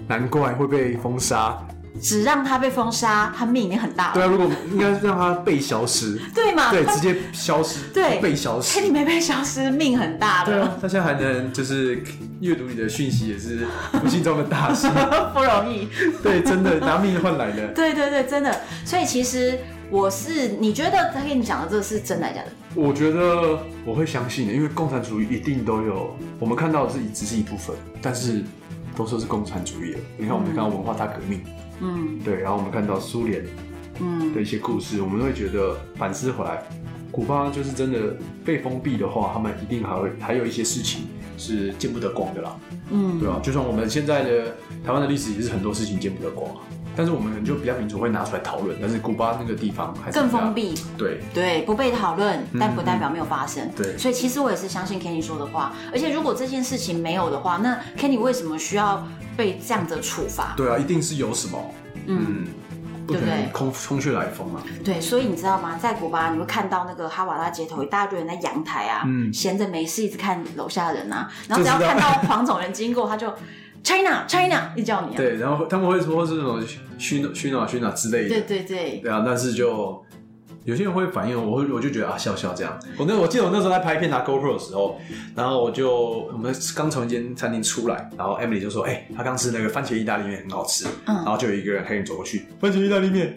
S2: 难怪会被封杀。
S1: 只让他被封杀，他命已经很大
S2: 对
S1: 了，
S2: 啊，如果应该是让他被消失，
S1: 对嘛？
S2: 对，
S1: 他
S2: 直接消失，
S1: 啊对
S2: 被消失
S1: 黑。你没被消失，命很大
S2: 对
S1: 了，
S2: 啊，他现在还能就是阅读你的讯息，也是不幸中的 大幸。
S1: 不容易。
S2: 对，真的拿命换来的。
S1: 对对对，真的。所以其实我是，你觉得他跟你讲的这个是真的还是假的？
S2: 我觉得我会相信的，因为共产主义一定都有，我们看到的是只是一部分，但是都说是共产主义了。你看，我们看到文化大革命，
S1: 嗯
S2: 对，然后我们看到苏联
S1: 嗯，
S2: 的一些故事，我们会觉得反思回来，古巴就是真的被封闭的话，他们一定还会还有一些事情是见不得光的啦。
S1: 嗯
S2: 对啊，就算我们现在的台湾的历史也是很多事情见不得光啊，但是我们可能就比较民主会拿出来讨论，但是古巴那个地方还是
S1: 更
S2: 比较
S1: 封。闭。
S2: 对，
S1: 对，不被讨论，但不代表没有发生。
S2: 嗯对
S1: 所以其实我也是相信 Kenny 说的话。而且如果这件事情没有的话，那 Kenny 为什么需要被这样的处罚？
S2: 对啊，一定是有什么，嗯，不可
S1: 对
S2: 能
S1: 不对
S2: 空空穴来风啊。
S1: 对，所以你知道吗？在古巴，你会看到那个哈瓦那街头，一大堆人在阳台啊，
S2: 嗯
S1: 闲着没事一直看楼下的人啊，然后
S2: 就
S1: 只
S2: 知
S1: 要看
S2: 道
S1: 到黄种人经过，他 就 China China 一直叫你啊，
S2: 对，然后他们会说是那种虚虚脑虚脑之类的，
S1: 对对对
S2: 对啊，但是就有些人会反应，我会我就觉得啊，笑笑这样。我 那我记得我那时候在拍片拿 GoPro 的时候，然后我就我们刚从一间餐厅出来，然后 Emily 就说：“哎、她刚吃那个番茄意大利面很好吃。
S1: 嗯
S2: 然后就有一个人黑人走过去，番茄意大 利面。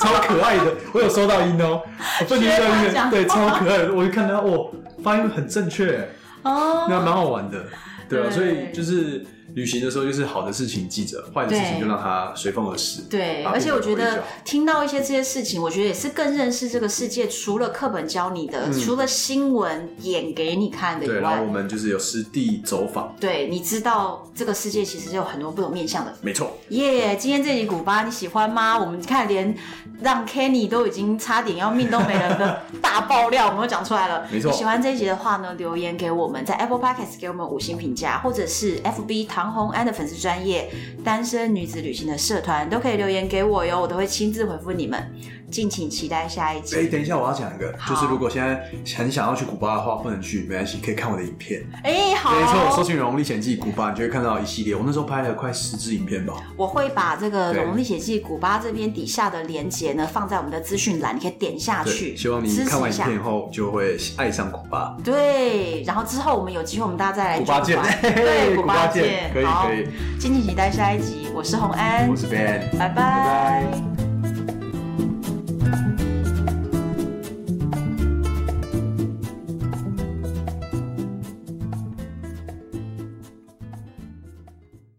S2: 超可爱的，我有收到音哦、番茄意大利
S1: 学他讲
S2: 面，对，超可爱的。我就看他，哦，发音很正确，
S1: 哦，
S2: 那蛮好玩的，对啊。
S1: 对
S2: 所以就是旅行的时候，就是好的事情记着，坏的事情就让它随风而逝。
S1: 对，
S2: 把
S1: 而且我觉
S2: 不好的回忆就
S1: 得
S2: 好
S1: 听到一些这些事情，我觉得也是更认识这个世界。除了课本教你的，
S2: 嗯
S1: 除了新闻演给你看的
S2: 对，
S1: 以
S2: 然后
S1: 外
S2: 我，们就是有实地走访，
S1: 对，你知道这个世界其实有很多不同面向的
S2: 没错。
S1: 耶今天这集古巴你喜欢吗？我们看连让 Kenny 都已经差点要命都没了的大爆料，我们都讲出来了。
S2: 没错
S1: 你喜欢这一集的话呢，留言给我们，在 Apple Podcast 给我们五星评价，或者是 FB 唐红安的粉丝专业单身女子旅行的社团，都可以留言给我哟，我都会亲自回复你们。敬请期待下一
S2: 哎、
S1: 集。
S2: 等一下，我要讲一个，
S1: 好
S2: 就是如果现在很想要去古巴的话，不能去，没关系，可以看我的影片。
S1: 哎、好，
S2: 没错，搜寻《荣历险记》古巴，你就会看到一系列。我那时候拍了快十支影片吧。
S1: 我会把这个《
S2: 对
S1: 龙历险记》古巴这边底下的连接呢放在我们的资讯栏，你可以点下去，
S2: 对，希望你
S1: 支持
S2: 看完
S1: 一
S2: 影
S1: 下
S2: 片后就会爱上古巴。
S1: 对，然后之后我们有机会，我们大家再来
S2: 古巴
S1: 聚
S2: 见，
S1: 会
S2: 嘿嘿
S1: 对，
S2: 古
S1: 巴
S2: 巴见，可以
S1: 好
S2: 可以。
S1: 敬请期待下一集，我是洪安
S2: 我，是 Ben，
S1: 拜拜
S2: 拜拜。